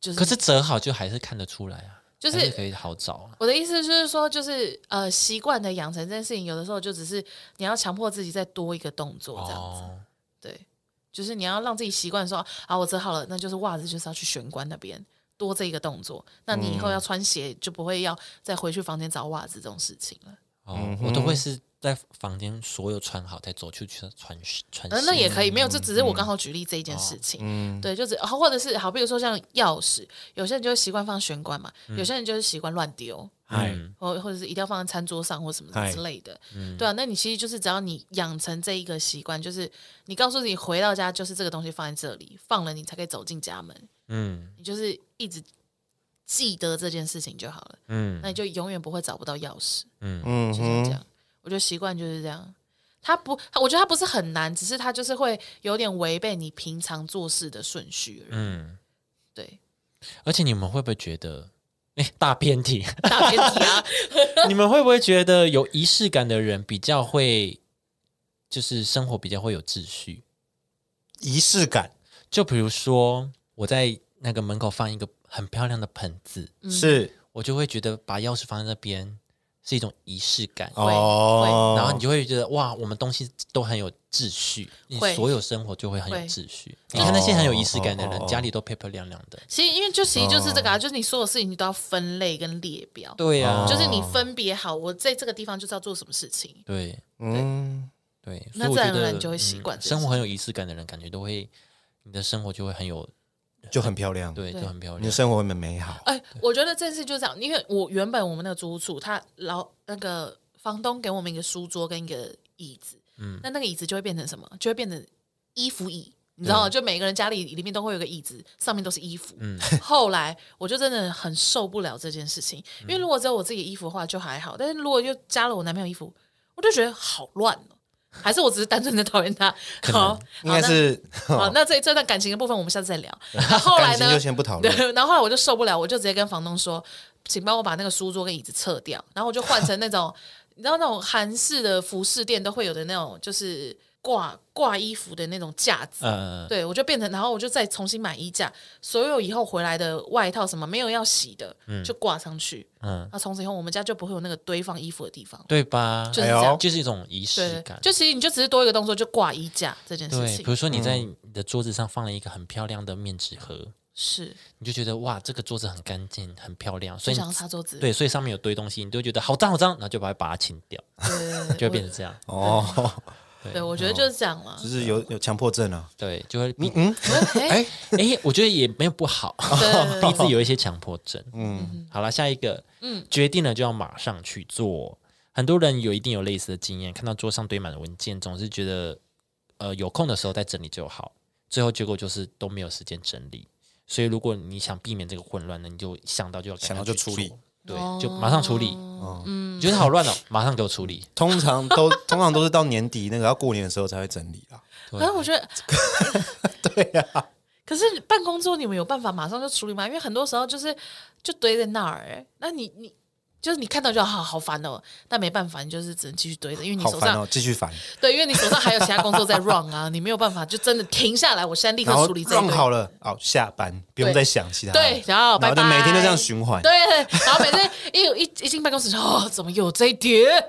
Speaker 1: 就是，
Speaker 2: 可是折好就还是看得出来啊，
Speaker 1: 就是
Speaker 2: 还可以好找啊。
Speaker 1: 我的意思就是说，就是呃，习惯的养成这件事情，有的时候就只是你要强迫自己再多一个动作这样子。
Speaker 2: 哦，
Speaker 1: 对，就是你要让自己习惯说啊，我折好了，那就是袜子就是要去玄关那边多这一个动作，那你以后要穿鞋就不会要再回去房间找袜子这种事情了。
Speaker 2: 哦，我都会是在房间所有穿好，再走出去穿穿
Speaker 1: 嗯那
Speaker 2: 鞋。
Speaker 1: 那也可以，没有，这只是我刚好举例这一件事
Speaker 3: 嗯
Speaker 1: 情。对，就只好或者是好，比如说像钥匙，有些人就会习惯放玄关嘛，有些人就是习惯乱丢。
Speaker 3: 哎，
Speaker 2: 嗯
Speaker 1: 或或者是一定要放在餐桌上或什么
Speaker 3: 嗨
Speaker 1: 之类的，对啊，那你其实就是只要你养成这一个习惯，就是你告诉自己回到家就是这个东西放在这里，放了你才可以走进家门，
Speaker 2: 嗯
Speaker 1: 你就是一直记得这件事情就好了，
Speaker 2: 嗯
Speaker 1: 那你就永远不会找不到钥匙，
Speaker 2: 嗯，
Speaker 3: 嗯
Speaker 1: 就是这样。我觉得习惯就是这样，它不，我觉得它不是很难，只是它就是会有点违背你平常做事的顺序而已。
Speaker 2: 嗯。
Speaker 1: 对，
Speaker 2: 而且你们会不会觉得，哎，大偏题，
Speaker 1: 大偏题啊，
Speaker 2: 你们会不会觉得有仪式感的人比较会，就是生活比较会有秩序？
Speaker 3: 仪式感
Speaker 2: 就比如说，我在那个门口放一个很漂亮的盆子，
Speaker 1: 嗯
Speaker 3: 是
Speaker 2: 我就会觉得把钥匙放在那边是一种仪式感。
Speaker 3: 哦，
Speaker 2: 然后你就会觉得哇，我们东西都很有秩序，你
Speaker 1: 会
Speaker 2: 所有生活就会很有
Speaker 1: 会
Speaker 2: 秩序。你看那些很有仪式感的人，
Speaker 3: 哦哦哦
Speaker 2: 家里都漂漂亮亮的。
Speaker 1: 其实因为就其实就是这个啊，就是你所有事情你都要分类跟列表，
Speaker 2: 哦对呀、
Speaker 3: 哦
Speaker 1: 就是你分别好，我在这个地方就是要做什么事情。
Speaker 2: 对
Speaker 3: 嗯，
Speaker 2: 对，
Speaker 1: 那
Speaker 2: 所以我
Speaker 1: 自然
Speaker 2: 觉得嗯
Speaker 1: 而然就会习惯这件
Speaker 2: 生活很有仪式感的人，感觉都会你的生活就会很有
Speaker 3: 就很漂亮，
Speaker 2: 对，就
Speaker 1: 对
Speaker 2: 很漂
Speaker 3: 你的
Speaker 2: 亮。
Speaker 3: 生活很美好，
Speaker 1: 哎，我觉得这次就这样，因为我原本我们那个租屋处，他老那个房东给我们一个书桌跟一个椅子，嗯，那那个椅子就会变成什么？就会变成衣服椅，你知道吗？就每个人家里里面都会有个椅子，上面都是衣服。嗯， 后来我就真的很受不了这件事情，因为如果只有我自己的衣服的话就还好，但是如果又加了我男朋友衣服，我就觉得好乱哦。还是我只是单纯的讨厌他？好，
Speaker 3: 应该是
Speaker 1: 好那好，那这这段感情的部分我们下次再聊。然后后来
Speaker 3: 哦感情
Speaker 1: 呢
Speaker 3: 就？先不讨论。
Speaker 1: 对，然后后来我就受不了，我就直接跟房东说，请帮我把那个书桌跟椅子撤掉，然后我就换成那种，你知道那种韩式的服饰店都会有的那种，就是挂挂衣服的那种架子。
Speaker 3: 嗯
Speaker 2: 呃，
Speaker 1: 对，我就变成，然后我就再重新买衣架，所有以后回来的外套什么没有要洗的，就挂上去。
Speaker 2: 嗯
Speaker 1: 嗯，那从此以后我们家就不会有那个堆放衣服的地方。
Speaker 2: 对吧？
Speaker 1: 就是
Speaker 3: 哎
Speaker 1: 这
Speaker 3: 呦
Speaker 1: 样，
Speaker 2: 就是一种仪式
Speaker 1: 对
Speaker 2: 感，。
Speaker 1: 就其实你就只是多一个动作，就挂衣架这件事
Speaker 2: 对，比
Speaker 1: 情
Speaker 2: 如说你
Speaker 3: 嗯
Speaker 2: 在你的桌子上放了一个很漂亮的面纸盒，
Speaker 1: 是，
Speaker 2: 你就觉得哇，这个桌子很干净，很漂亮，
Speaker 1: 就
Speaker 2: 所以
Speaker 1: 想要
Speaker 2: 你
Speaker 1: 擦桌子。
Speaker 2: 对，所以上面有堆东西，你就会觉得好脏好脏，然后就把它把它清掉，
Speaker 1: 对，
Speaker 2: 就会变
Speaker 1: 我
Speaker 2: 成这样。
Speaker 3: 哦，
Speaker 1: 对，我觉得就是这样了
Speaker 3: 就。是有有强迫症啊。
Speaker 2: 对，就会
Speaker 3: 嗯
Speaker 2: 逼
Speaker 3: 嗯，
Speaker 1: 哎，
Speaker 2: 哎，我觉得也没有不好，
Speaker 1: 对
Speaker 2: 逼自己有一些强迫症。嗯，好了，下一个，嗯，决定了就要马上去做。很多人有一定有类似的经验，看到桌上堆满了文件，总是觉得呃有空的时候再整理就好，最后结果就是都没有时间整理。所以如果你想避免这个混乱呢，你就想到就要赶
Speaker 3: 想到
Speaker 2: 快
Speaker 3: 就
Speaker 2: 去
Speaker 3: 处理
Speaker 2: 做，对，就马上处理。
Speaker 1: 嗯，
Speaker 2: 你觉得好乱哦，马上给我处理。
Speaker 3: 通常都 通常都是到年底那个要过年的时候才会整理啊。
Speaker 1: 可是我觉 得，对呀。 可是办公桌你们有办法马上就处理吗？因为很多时候就是就堆在那儿、哎那你你就是你看到就好好烦哦，但没办法，你就是只能继续堆着，因为你
Speaker 3: 好
Speaker 1: 手
Speaker 3: 烦
Speaker 1: 上、
Speaker 3: 哦，继续烦，
Speaker 1: 对，因为你手上还有其他工作在 run 啊，你没有办法就真的停下来，我现在立刻
Speaker 3: 然后
Speaker 1: 处理这一
Speaker 3: 弄
Speaker 1: 堆。
Speaker 3: 好了，哦，下班不用再想其他的，
Speaker 1: 对，然后
Speaker 3: 然
Speaker 1: 拜
Speaker 3: 后就
Speaker 1: 拜。
Speaker 3: 每天都这样循环，
Speaker 1: 对，然后每天一一一进办公室，哦，怎么有这一叠？然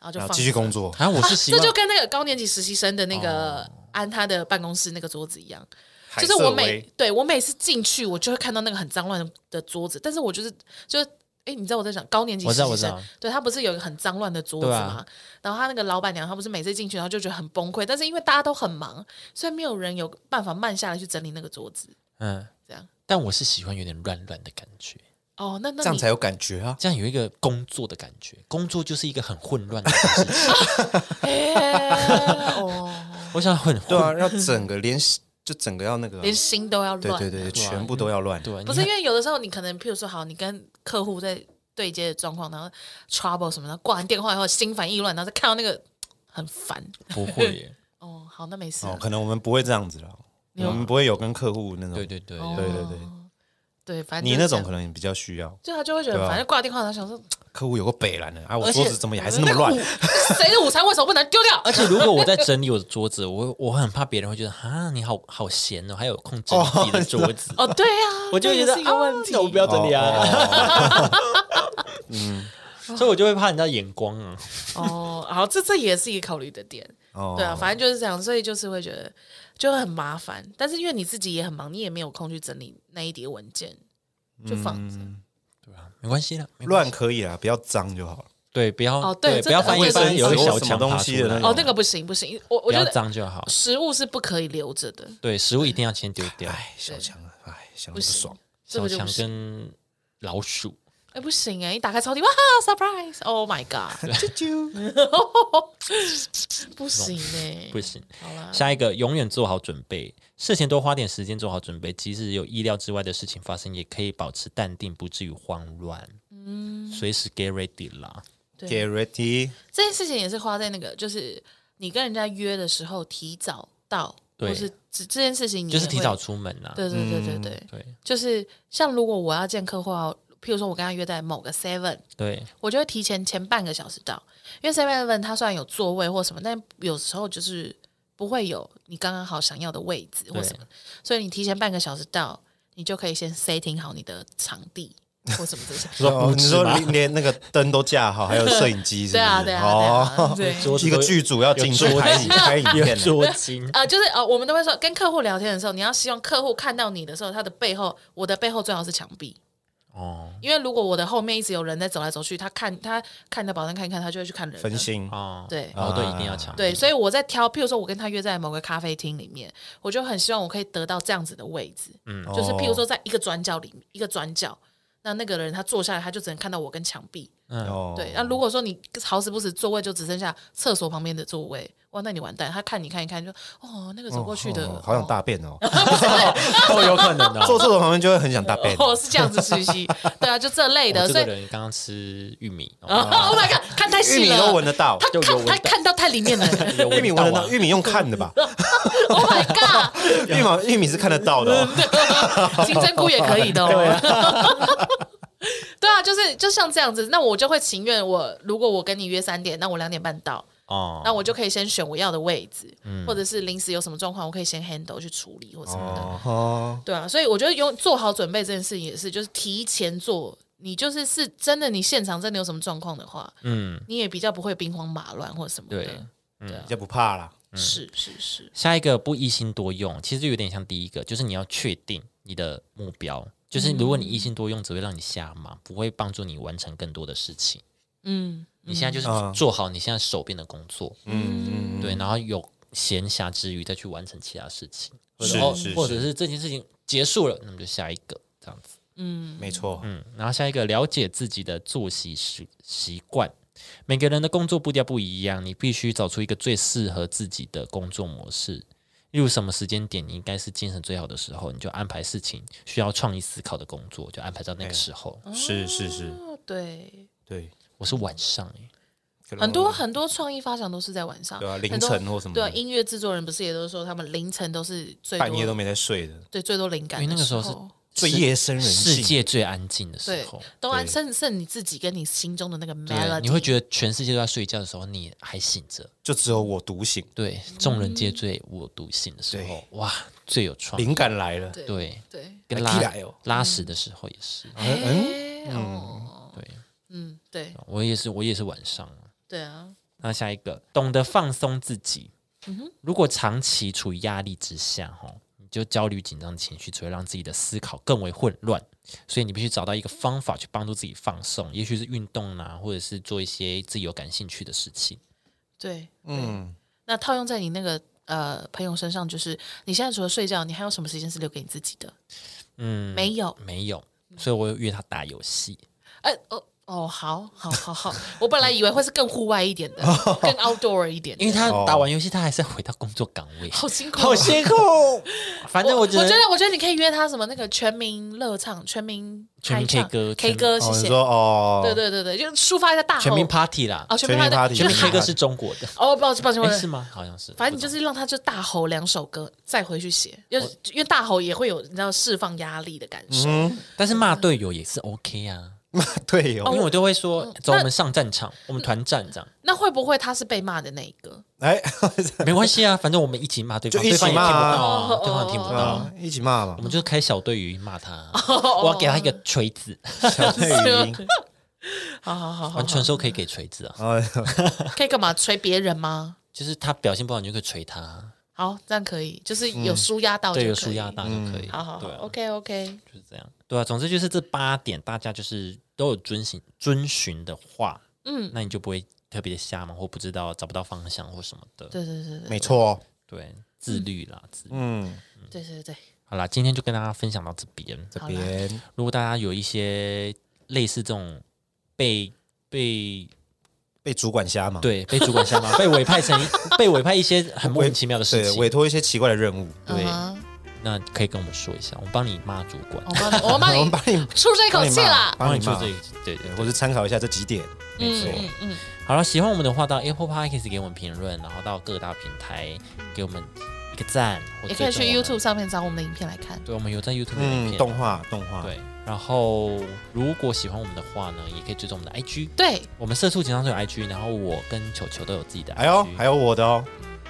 Speaker 1: 后就放
Speaker 3: 然后继续工作，
Speaker 2: 啊，我
Speaker 1: 啊，
Speaker 2: 是哦希
Speaker 1: 这
Speaker 2: 望
Speaker 1: 就跟那个高年级实习生的那个安他的办公室那个桌子一样，
Speaker 3: 海
Speaker 1: 就
Speaker 3: 瑟
Speaker 1: 是我每
Speaker 3: 薇
Speaker 1: 对我每次进去，我就会看到那个很脏乱的桌子，但是我就是就是。哎，你知道我在讲高年级
Speaker 2: 我
Speaker 1: 实
Speaker 2: 知道
Speaker 1: 习
Speaker 2: 我
Speaker 1: 生
Speaker 2: 知道，
Speaker 1: 对他不是有一个很脏乱的桌子
Speaker 2: 对
Speaker 1: 吗？
Speaker 2: 啊
Speaker 1: 然后他那个老板娘，她不是每次进去，然后就觉得很崩溃，但是因为大家都很忙，所以没有人有办法慢下来去整理那个桌子。
Speaker 2: 嗯
Speaker 1: 这样，
Speaker 2: 但我是喜欢有点乱乱的感觉。
Speaker 1: 哦，那那
Speaker 3: 这样
Speaker 1: 你
Speaker 3: 才有感觉 啊。
Speaker 2: 这样有一个工作的感觉，工作就是一个很混乱的 事情。
Speaker 1: 哎哦，
Speaker 2: 我想很混
Speaker 3: 对啊，要整个连就整个要那个啊，
Speaker 1: 连心都要
Speaker 3: 对
Speaker 1: 乱。啊
Speaker 3: 对对，全部都要乱。
Speaker 2: 对，啊
Speaker 1: 不是因为有的时候你可能，譬如说，好，你跟客户在对接的状况，然后 trouble 什么的，挂完电话以后心烦意乱，然后再看到那个很烦。
Speaker 2: 不会耶，
Speaker 1: 哦，好，那没事
Speaker 3: 哦
Speaker 1: 了。，
Speaker 3: 可能我们不会这样子了，
Speaker 1: 你
Speaker 3: 我们不会有跟客户那种，
Speaker 2: 对对 对，
Speaker 1: 哦
Speaker 3: 对对对
Speaker 1: 对，反正
Speaker 3: 你
Speaker 1: 就是
Speaker 3: 那种
Speaker 1: 这
Speaker 3: 可
Speaker 1: 样，
Speaker 3: 能比较需要。
Speaker 1: 就他就会觉
Speaker 3: 对
Speaker 1: 得，
Speaker 3: 啊
Speaker 1: 反正挂电话，然后想说，
Speaker 3: 客户有个北蓝的啊，我
Speaker 2: 而且
Speaker 3: 桌子怎么也还是那么
Speaker 1: 那
Speaker 3: 乱
Speaker 1: 个， 午谁的午餐为什么不能丢掉？
Speaker 2: 而且如果我在整理我的桌子，我我很怕别人会觉得啊，你好好闲哦，还有空整理自己的桌子，
Speaker 1: 哦， 对 呀，
Speaker 2: 我就
Speaker 1: 这
Speaker 2: 觉
Speaker 1: 也
Speaker 2: 得
Speaker 1: 是一个问题。
Speaker 2: 啊那我不要整理啊，
Speaker 3: 哦。哦
Speaker 2: 所以我就会怕人家眼光啊。
Speaker 1: 哦，好，这这也是一个考虑的点。
Speaker 3: 哦
Speaker 1: 对啊，反正就是这样，所以就是会觉得就很麻烦。但是因为你自己也很忙，你也没有空去整理那一叠文件，就放
Speaker 3: 嗯
Speaker 1: 着。
Speaker 2: 对啊，没关系啦，没关
Speaker 3: 乱可以啦，不要脏就好了。
Speaker 2: 对，不要
Speaker 1: 哦对
Speaker 2: 对，
Speaker 1: 真的
Speaker 2: 不要翻一
Speaker 1: 我
Speaker 2: 翻
Speaker 1: 也是
Speaker 2: 有一个小
Speaker 3: 什么
Speaker 2: 墙
Speaker 3: 东
Speaker 2: 爬
Speaker 3: 西
Speaker 2: 出
Speaker 3: 的那
Speaker 2: 来，
Speaker 3: 种
Speaker 1: 哦，那个不行不行，我我
Speaker 2: 哎不
Speaker 1: 觉
Speaker 2: 要
Speaker 1: 得
Speaker 2: 脏就好。
Speaker 1: 食物是不可以留着的，
Speaker 2: 对，食物一定要先丢掉，
Speaker 3: 哎，小强啊，哎，想
Speaker 1: 不
Speaker 3: 不
Speaker 1: 行
Speaker 3: 爽。，
Speaker 1: 这
Speaker 2: 小
Speaker 1: 个就
Speaker 2: 强
Speaker 1: 不行。
Speaker 2: 跟老鼠，
Speaker 1: 哎，不行哎！一打开抽屉，哇，surprise！Oh my god！
Speaker 3: 啾啾，
Speaker 1: 不行哎，
Speaker 2: 不行。
Speaker 1: 好啦，
Speaker 2: 下一个，永远做好准备，事前多花点时间做好准备，即使有意料之外的事情发生，也可以保持淡定，不至于慌乱。嗯，随时 get ready 啦。
Speaker 1: 对
Speaker 3: Get ready，
Speaker 1: 这件事情也是花在那个，就是你跟人家约的时候提早到，
Speaker 2: 对
Speaker 1: 或是这这件事情你
Speaker 2: 就是
Speaker 1: 也
Speaker 2: 提
Speaker 1: 会
Speaker 2: 早。嗯出门啊啦。
Speaker 1: 对对对对对，
Speaker 2: 对
Speaker 1: 就是像如果我要见客户啊，譬如说我跟他约在某个 Seven，
Speaker 2: 对
Speaker 1: 我就会提前前半个小时到，因为 Seven Eleven 它虽然有座位或什么，但有时候就是不会有你刚刚好想要的位置或什么，所以你提前半个小时到，你就可以先 setting 好你的场地或什么这些。
Speaker 3: 哦你说连连那个灯都 架好，还有摄影机，是不
Speaker 1: 对
Speaker 3: 是
Speaker 1: 啊，对啊，对
Speaker 3: 哦，
Speaker 1: 啊，对。
Speaker 2: 桌子
Speaker 3: 一个
Speaker 2: 都
Speaker 3: 剧组要进去
Speaker 2: 有
Speaker 3: 拍
Speaker 2: 桌
Speaker 3: 影拍影片啊了，
Speaker 2: 捉襟。
Speaker 1: 呃，就是呃，我们都会说，跟客户聊天的时候，你要希望客户看到你的时候，他的背后，我的背后最好是墙壁，
Speaker 2: 哦
Speaker 1: 因为如果我的后面一直有人在走来走去，他看他看着保单看一看，他就会去看人了
Speaker 3: 分心。
Speaker 2: 哦，
Speaker 1: 对
Speaker 2: 哦对，一定要抢。
Speaker 1: 对，所以我在挑，譬如说我跟他约在某个咖啡厅里面，我就很希望我可以得到这样子的位置，嗯，
Speaker 3: 哦
Speaker 1: 就是譬如说在一个转角里面，一个转角，那那个人他坐下来，他就只能看到我跟墙壁，
Speaker 2: 嗯
Speaker 3: 哦，
Speaker 1: 对，那如果说你好死不死座位就只剩下厕所旁边的座位，哇，那你完蛋。他看你看一看就，哦，那个走过去的，
Speaker 3: 哦好想大便哦，
Speaker 2: 都有可能
Speaker 3: 坐
Speaker 2: 哦。
Speaker 3: 厕所旁边就会很想大便。哦
Speaker 1: 哦，是这样子实 习，对啊，就这类的，
Speaker 2: 我这
Speaker 1: 所以
Speaker 2: 个人刚刚吃玉米，哦
Speaker 1: 啊 ，Oh my god，看太
Speaker 3: 玉
Speaker 1: 细
Speaker 3: 米都
Speaker 1: 了，
Speaker 3: 闻得到，
Speaker 1: 他
Speaker 2: 就有
Speaker 1: 看
Speaker 2: 闻
Speaker 1: 他
Speaker 2: 到
Speaker 1: 看到哦太里面了
Speaker 2: 有
Speaker 3: 玉米
Speaker 2: 味道
Speaker 3: 闻得
Speaker 2: 啊
Speaker 3: 到，玉米用看的吧？
Speaker 1: ，Oh my god，
Speaker 3: 玉米玉米是看得到的哦，
Speaker 1: 金针菇也可以的哦。 对啊，就是就像这样子，那我就会情愿我如果我跟你约三点，那我两点半到，
Speaker 2: 哦，
Speaker 1: 那我就可以先选我要的位置，
Speaker 3: 嗯
Speaker 1: 或者是临时有什么状况，我可以先 handle 去处理或什么的。
Speaker 3: 哦，
Speaker 1: 对啊，所以我觉得用做好准备这件事情也是，就是提前做。你就是是真的，你现场真的有什么状况的话，
Speaker 2: 嗯，
Speaker 1: 你也比较不会兵荒马乱或什么
Speaker 2: 对
Speaker 1: 的。
Speaker 3: 比较不怕啦。
Speaker 1: 是是是，
Speaker 2: 下一个不一心多用，其实有点像第一个，就是你要确定你的目标。就是如果你一心多用，只会让你瞎忙，不会帮助你完成更多的事情。
Speaker 1: 嗯
Speaker 2: 你现在就是
Speaker 3: 嗯
Speaker 2: 做好你现在手边的工作，
Speaker 3: 嗯嗯，
Speaker 2: 对，然后有闲暇之余再去完成其他事情，或
Speaker 3: 是
Speaker 2: 者哦
Speaker 3: 是是
Speaker 2: 或者是这件事情结束了，那么就下一个这样子。
Speaker 1: 嗯，
Speaker 3: 没错，
Speaker 2: 嗯，然后下一个了解自己的作息习习惯。每个人的工作步调不一样，你必须找出一个最适合自己的工作模式。例如，什么时间点你应该是精神最好的时候，你就安排事情需要创意思考的工作，就安排到那
Speaker 3: 啊
Speaker 2: 个时候。
Speaker 3: 是是是，
Speaker 1: 哦对，
Speaker 3: 对，
Speaker 2: 我是晚上欸诶、
Speaker 3: 可能
Speaker 1: 很多很多创意发想都是在晚上，
Speaker 3: 对啊
Speaker 1: 很
Speaker 3: 凌
Speaker 1: 多
Speaker 3: 晨或什么
Speaker 1: 对啊，
Speaker 3: 的
Speaker 1: 音乐制作人不是也都说他们凌晨都是最
Speaker 3: 半夜
Speaker 1: 多
Speaker 3: 都没在睡的，
Speaker 1: 对最多灵感
Speaker 2: 因为那
Speaker 1: 的
Speaker 2: 个
Speaker 1: 时
Speaker 2: 时候是
Speaker 3: 最夜深人
Speaker 2: 世
Speaker 3: 静。
Speaker 2: 界最安静的时
Speaker 1: 对
Speaker 2: 候，，
Speaker 1: 都安
Speaker 3: 对
Speaker 1: 剩剩你自己跟你心中的那个
Speaker 2: 对，
Speaker 1: melody，
Speaker 2: 你会觉得全世界都在睡觉的时候，你还醒着。
Speaker 3: 就只有我独醒，
Speaker 2: 对，众人皆醉我独醒的时候，哇，最有创意。
Speaker 3: 灵感来了。
Speaker 1: 对
Speaker 2: 对，
Speaker 1: 对，
Speaker 2: 跟
Speaker 3: 起
Speaker 2: 拉
Speaker 3: 来哦
Speaker 2: 拉屎的时候也是。
Speaker 1: 哎哦，
Speaker 2: 对，
Speaker 1: 嗯，对
Speaker 2: 我也嗯是，我啊也是晚上。
Speaker 1: 对啊，
Speaker 2: 那下一个，懂得放松自己。如果长期处于压力之下，哦，你就焦虑、紧张情绪只会让自己的思考更为混乱，所以你必须找到一个方法去帮助自己放松，也许是运动啊，或者是做一些自己有感兴趣的事情。
Speaker 1: 对，
Speaker 3: 嗯，
Speaker 1: 那套用在你那个呃朋友身上，就是你现在除了睡觉，你还有什么时间是留给你自己的？
Speaker 2: 嗯，
Speaker 1: 没有，
Speaker 2: 没有，所以我有约他打游戏。
Speaker 1: 哎、哦哦，好好好好，我本来以为会是更户外一点的，更 outdoor 一点的
Speaker 2: 因为他打完游戏，他还是要回到工作岗位，
Speaker 1: 好辛苦、哦
Speaker 2: 好辛苦。反正我
Speaker 1: 我
Speaker 2: 觉得，
Speaker 1: 得，我觉得你可以约他什么那个全民乐唱、全民
Speaker 2: 全民
Speaker 1: 开唱
Speaker 2: K 歌
Speaker 1: K
Speaker 2: 全
Speaker 1: 歌，谢
Speaker 3: 哦，你
Speaker 1: 谢。
Speaker 3: 说哦，
Speaker 1: 对对对对，就是抒发一下大吼。
Speaker 2: 全民 Party 啦，
Speaker 1: 哦，全民
Speaker 3: 全民
Speaker 1: party，
Speaker 3: party，
Speaker 1: 就
Speaker 2: 全
Speaker 1: 是
Speaker 2: 民
Speaker 1: 喊
Speaker 2: K 歌是中国的，
Speaker 1: 哦，抱歉抱歉抱
Speaker 2: 哎，是
Speaker 1: 歉，
Speaker 2: 吗？好像是，
Speaker 1: 反正你就是让他就大吼两首歌，再回去写，因为因为大吼也会有你知道释放压力的感
Speaker 2: 嗯
Speaker 1: 受。
Speaker 2: 但是骂队友也是 OK 啊，
Speaker 3: 对哦
Speaker 2: 因，为我都会说，走，我们上战场，我们团战这样，
Speaker 1: 那会不会他是被骂的那一个？
Speaker 3: 哎，
Speaker 1: 哦
Speaker 2: 没关系啊，反正我们一起骂对方，
Speaker 3: 就一
Speaker 2: 对
Speaker 3: 起
Speaker 2: 方也听不
Speaker 3: 骂啊
Speaker 2: 到啊，对方也听不到啊，
Speaker 3: 啊一起骂嘛
Speaker 2: 我，们就开小队语骂他，我要给他一个锤子，
Speaker 3: 小队语音
Speaker 1: 好好好好
Speaker 2: 完，全说可以给锤子啊，
Speaker 3: 啊，
Speaker 1: 可以干嘛？捶别人吗？
Speaker 2: 就是他表现不好，你就可以锤他，
Speaker 1: 好，这样可以，就是有舒压哦到就
Speaker 2: 嗯对，
Speaker 1: 可以
Speaker 2: 有舒压大就可以，
Speaker 1: 好好好
Speaker 2: 对啊
Speaker 1: ，OK OK，
Speaker 2: 就是这样。对啊，总之就是这八点，大家就是都有遵循遵循的话，嗯，那你就不会特别的瞎忙或不知道找不到方向或什么的。对，
Speaker 1: 对对对对
Speaker 3: 没错，哦
Speaker 2: 自律啦，自律。
Speaker 3: 嗯，
Speaker 1: 对对对，
Speaker 2: 好啦，今天就跟大家分享到这边。
Speaker 3: 这
Speaker 1: 好啦
Speaker 3: 边
Speaker 2: 如果大家有一些类似这种被被
Speaker 3: 被主管瞎嘛，
Speaker 2: 对被主管瞎 忙、被委派成被委派一些很莫
Speaker 3: 委
Speaker 2: 名其妙的事
Speaker 3: 对，
Speaker 2: 情，
Speaker 3: 委托一些奇怪的任务，
Speaker 2: 对
Speaker 1: 嗯
Speaker 2: 那可以跟我们说一下，我们帮你骂主管，
Speaker 1: 哼我帮你，我帮
Speaker 3: 我们
Speaker 1: 你
Speaker 3: 帮 你
Speaker 1: 出这一口气啦。
Speaker 3: 帮你
Speaker 2: 出
Speaker 3: 骂，
Speaker 2: 这
Speaker 3: 对，
Speaker 2: 个，对对对，
Speaker 3: 或者参考一下这几点，
Speaker 2: 没错。
Speaker 1: 嗯嗯，
Speaker 2: 好了，喜欢我们的话，到 Apple Podcast 给我们评论，然后到各大平台给我们一个赞，或
Speaker 1: 也可以去
Speaker 2: 追踪我们
Speaker 1: YouTube 上面找我们的影片来看。
Speaker 2: 对，我们有在 YouTube 的影
Speaker 3: 嗯，
Speaker 2: 片，
Speaker 3: 动画动画，
Speaker 2: 对。然后，如果喜欢我们的话呢，也可以追踪我们的 IG。
Speaker 1: 对，
Speaker 2: 我们社畜情商所有 IG，然后我跟球球都有自己的 IG。
Speaker 3: 还有哎还有我的哦，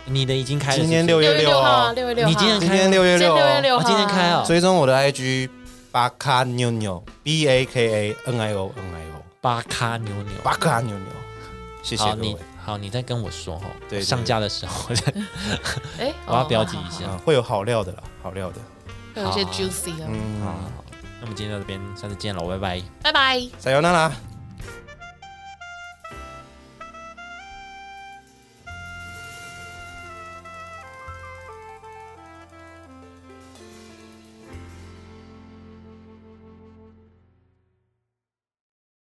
Speaker 2: 你的已经开了，
Speaker 3: 今天六
Speaker 1: 六
Speaker 3: 月
Speaker 1: 月六号，
Speaker 3: 号，
Speaker 1: 六月六号，
Speaker 2: 你今天
Speaker 3: 今天六月
Speaker 1: 嗯今天
Speaker 3: 六
Speaker 1: 六月
Speaker 3: 哦，
Speaker 1: 六
Speaker 2: 哦
Speaker 1: 号，
Speaker 2: 今天开哦
Speaker 3: 追踪我的 IG 巴卡妞妞 B A K A N I O N I O
Speaker 2: 八咖牛牛。
Speaker 3: 巴卡妞妞，谢谢
Speaker 2: 好，
Speaker 3: 各位
Speaker 2: 你好，你再跟我说哈。
Speaker 3: 对对
Speaker 2: 上架的时候，
Speaker 1: 哎，
Speaker 2: 我要
Speaker 1: 哦
Speaker 2: 标记一，
Speaker 1: 好好
Speaker 3: 啊
Speaker 2: 下。，
Speaker 3: 会有好料的啦，好料的，
Speaker 1: 好会有一些
Speaker 2: 好
Speaker 1: juicy 的。
Speaker 3: 嗯，
Speaker 2: 好，那我们今天到这边，下次见喽，拜拜。
Speaker 1: 拜拜。
Speaker 3: 加油娜娜。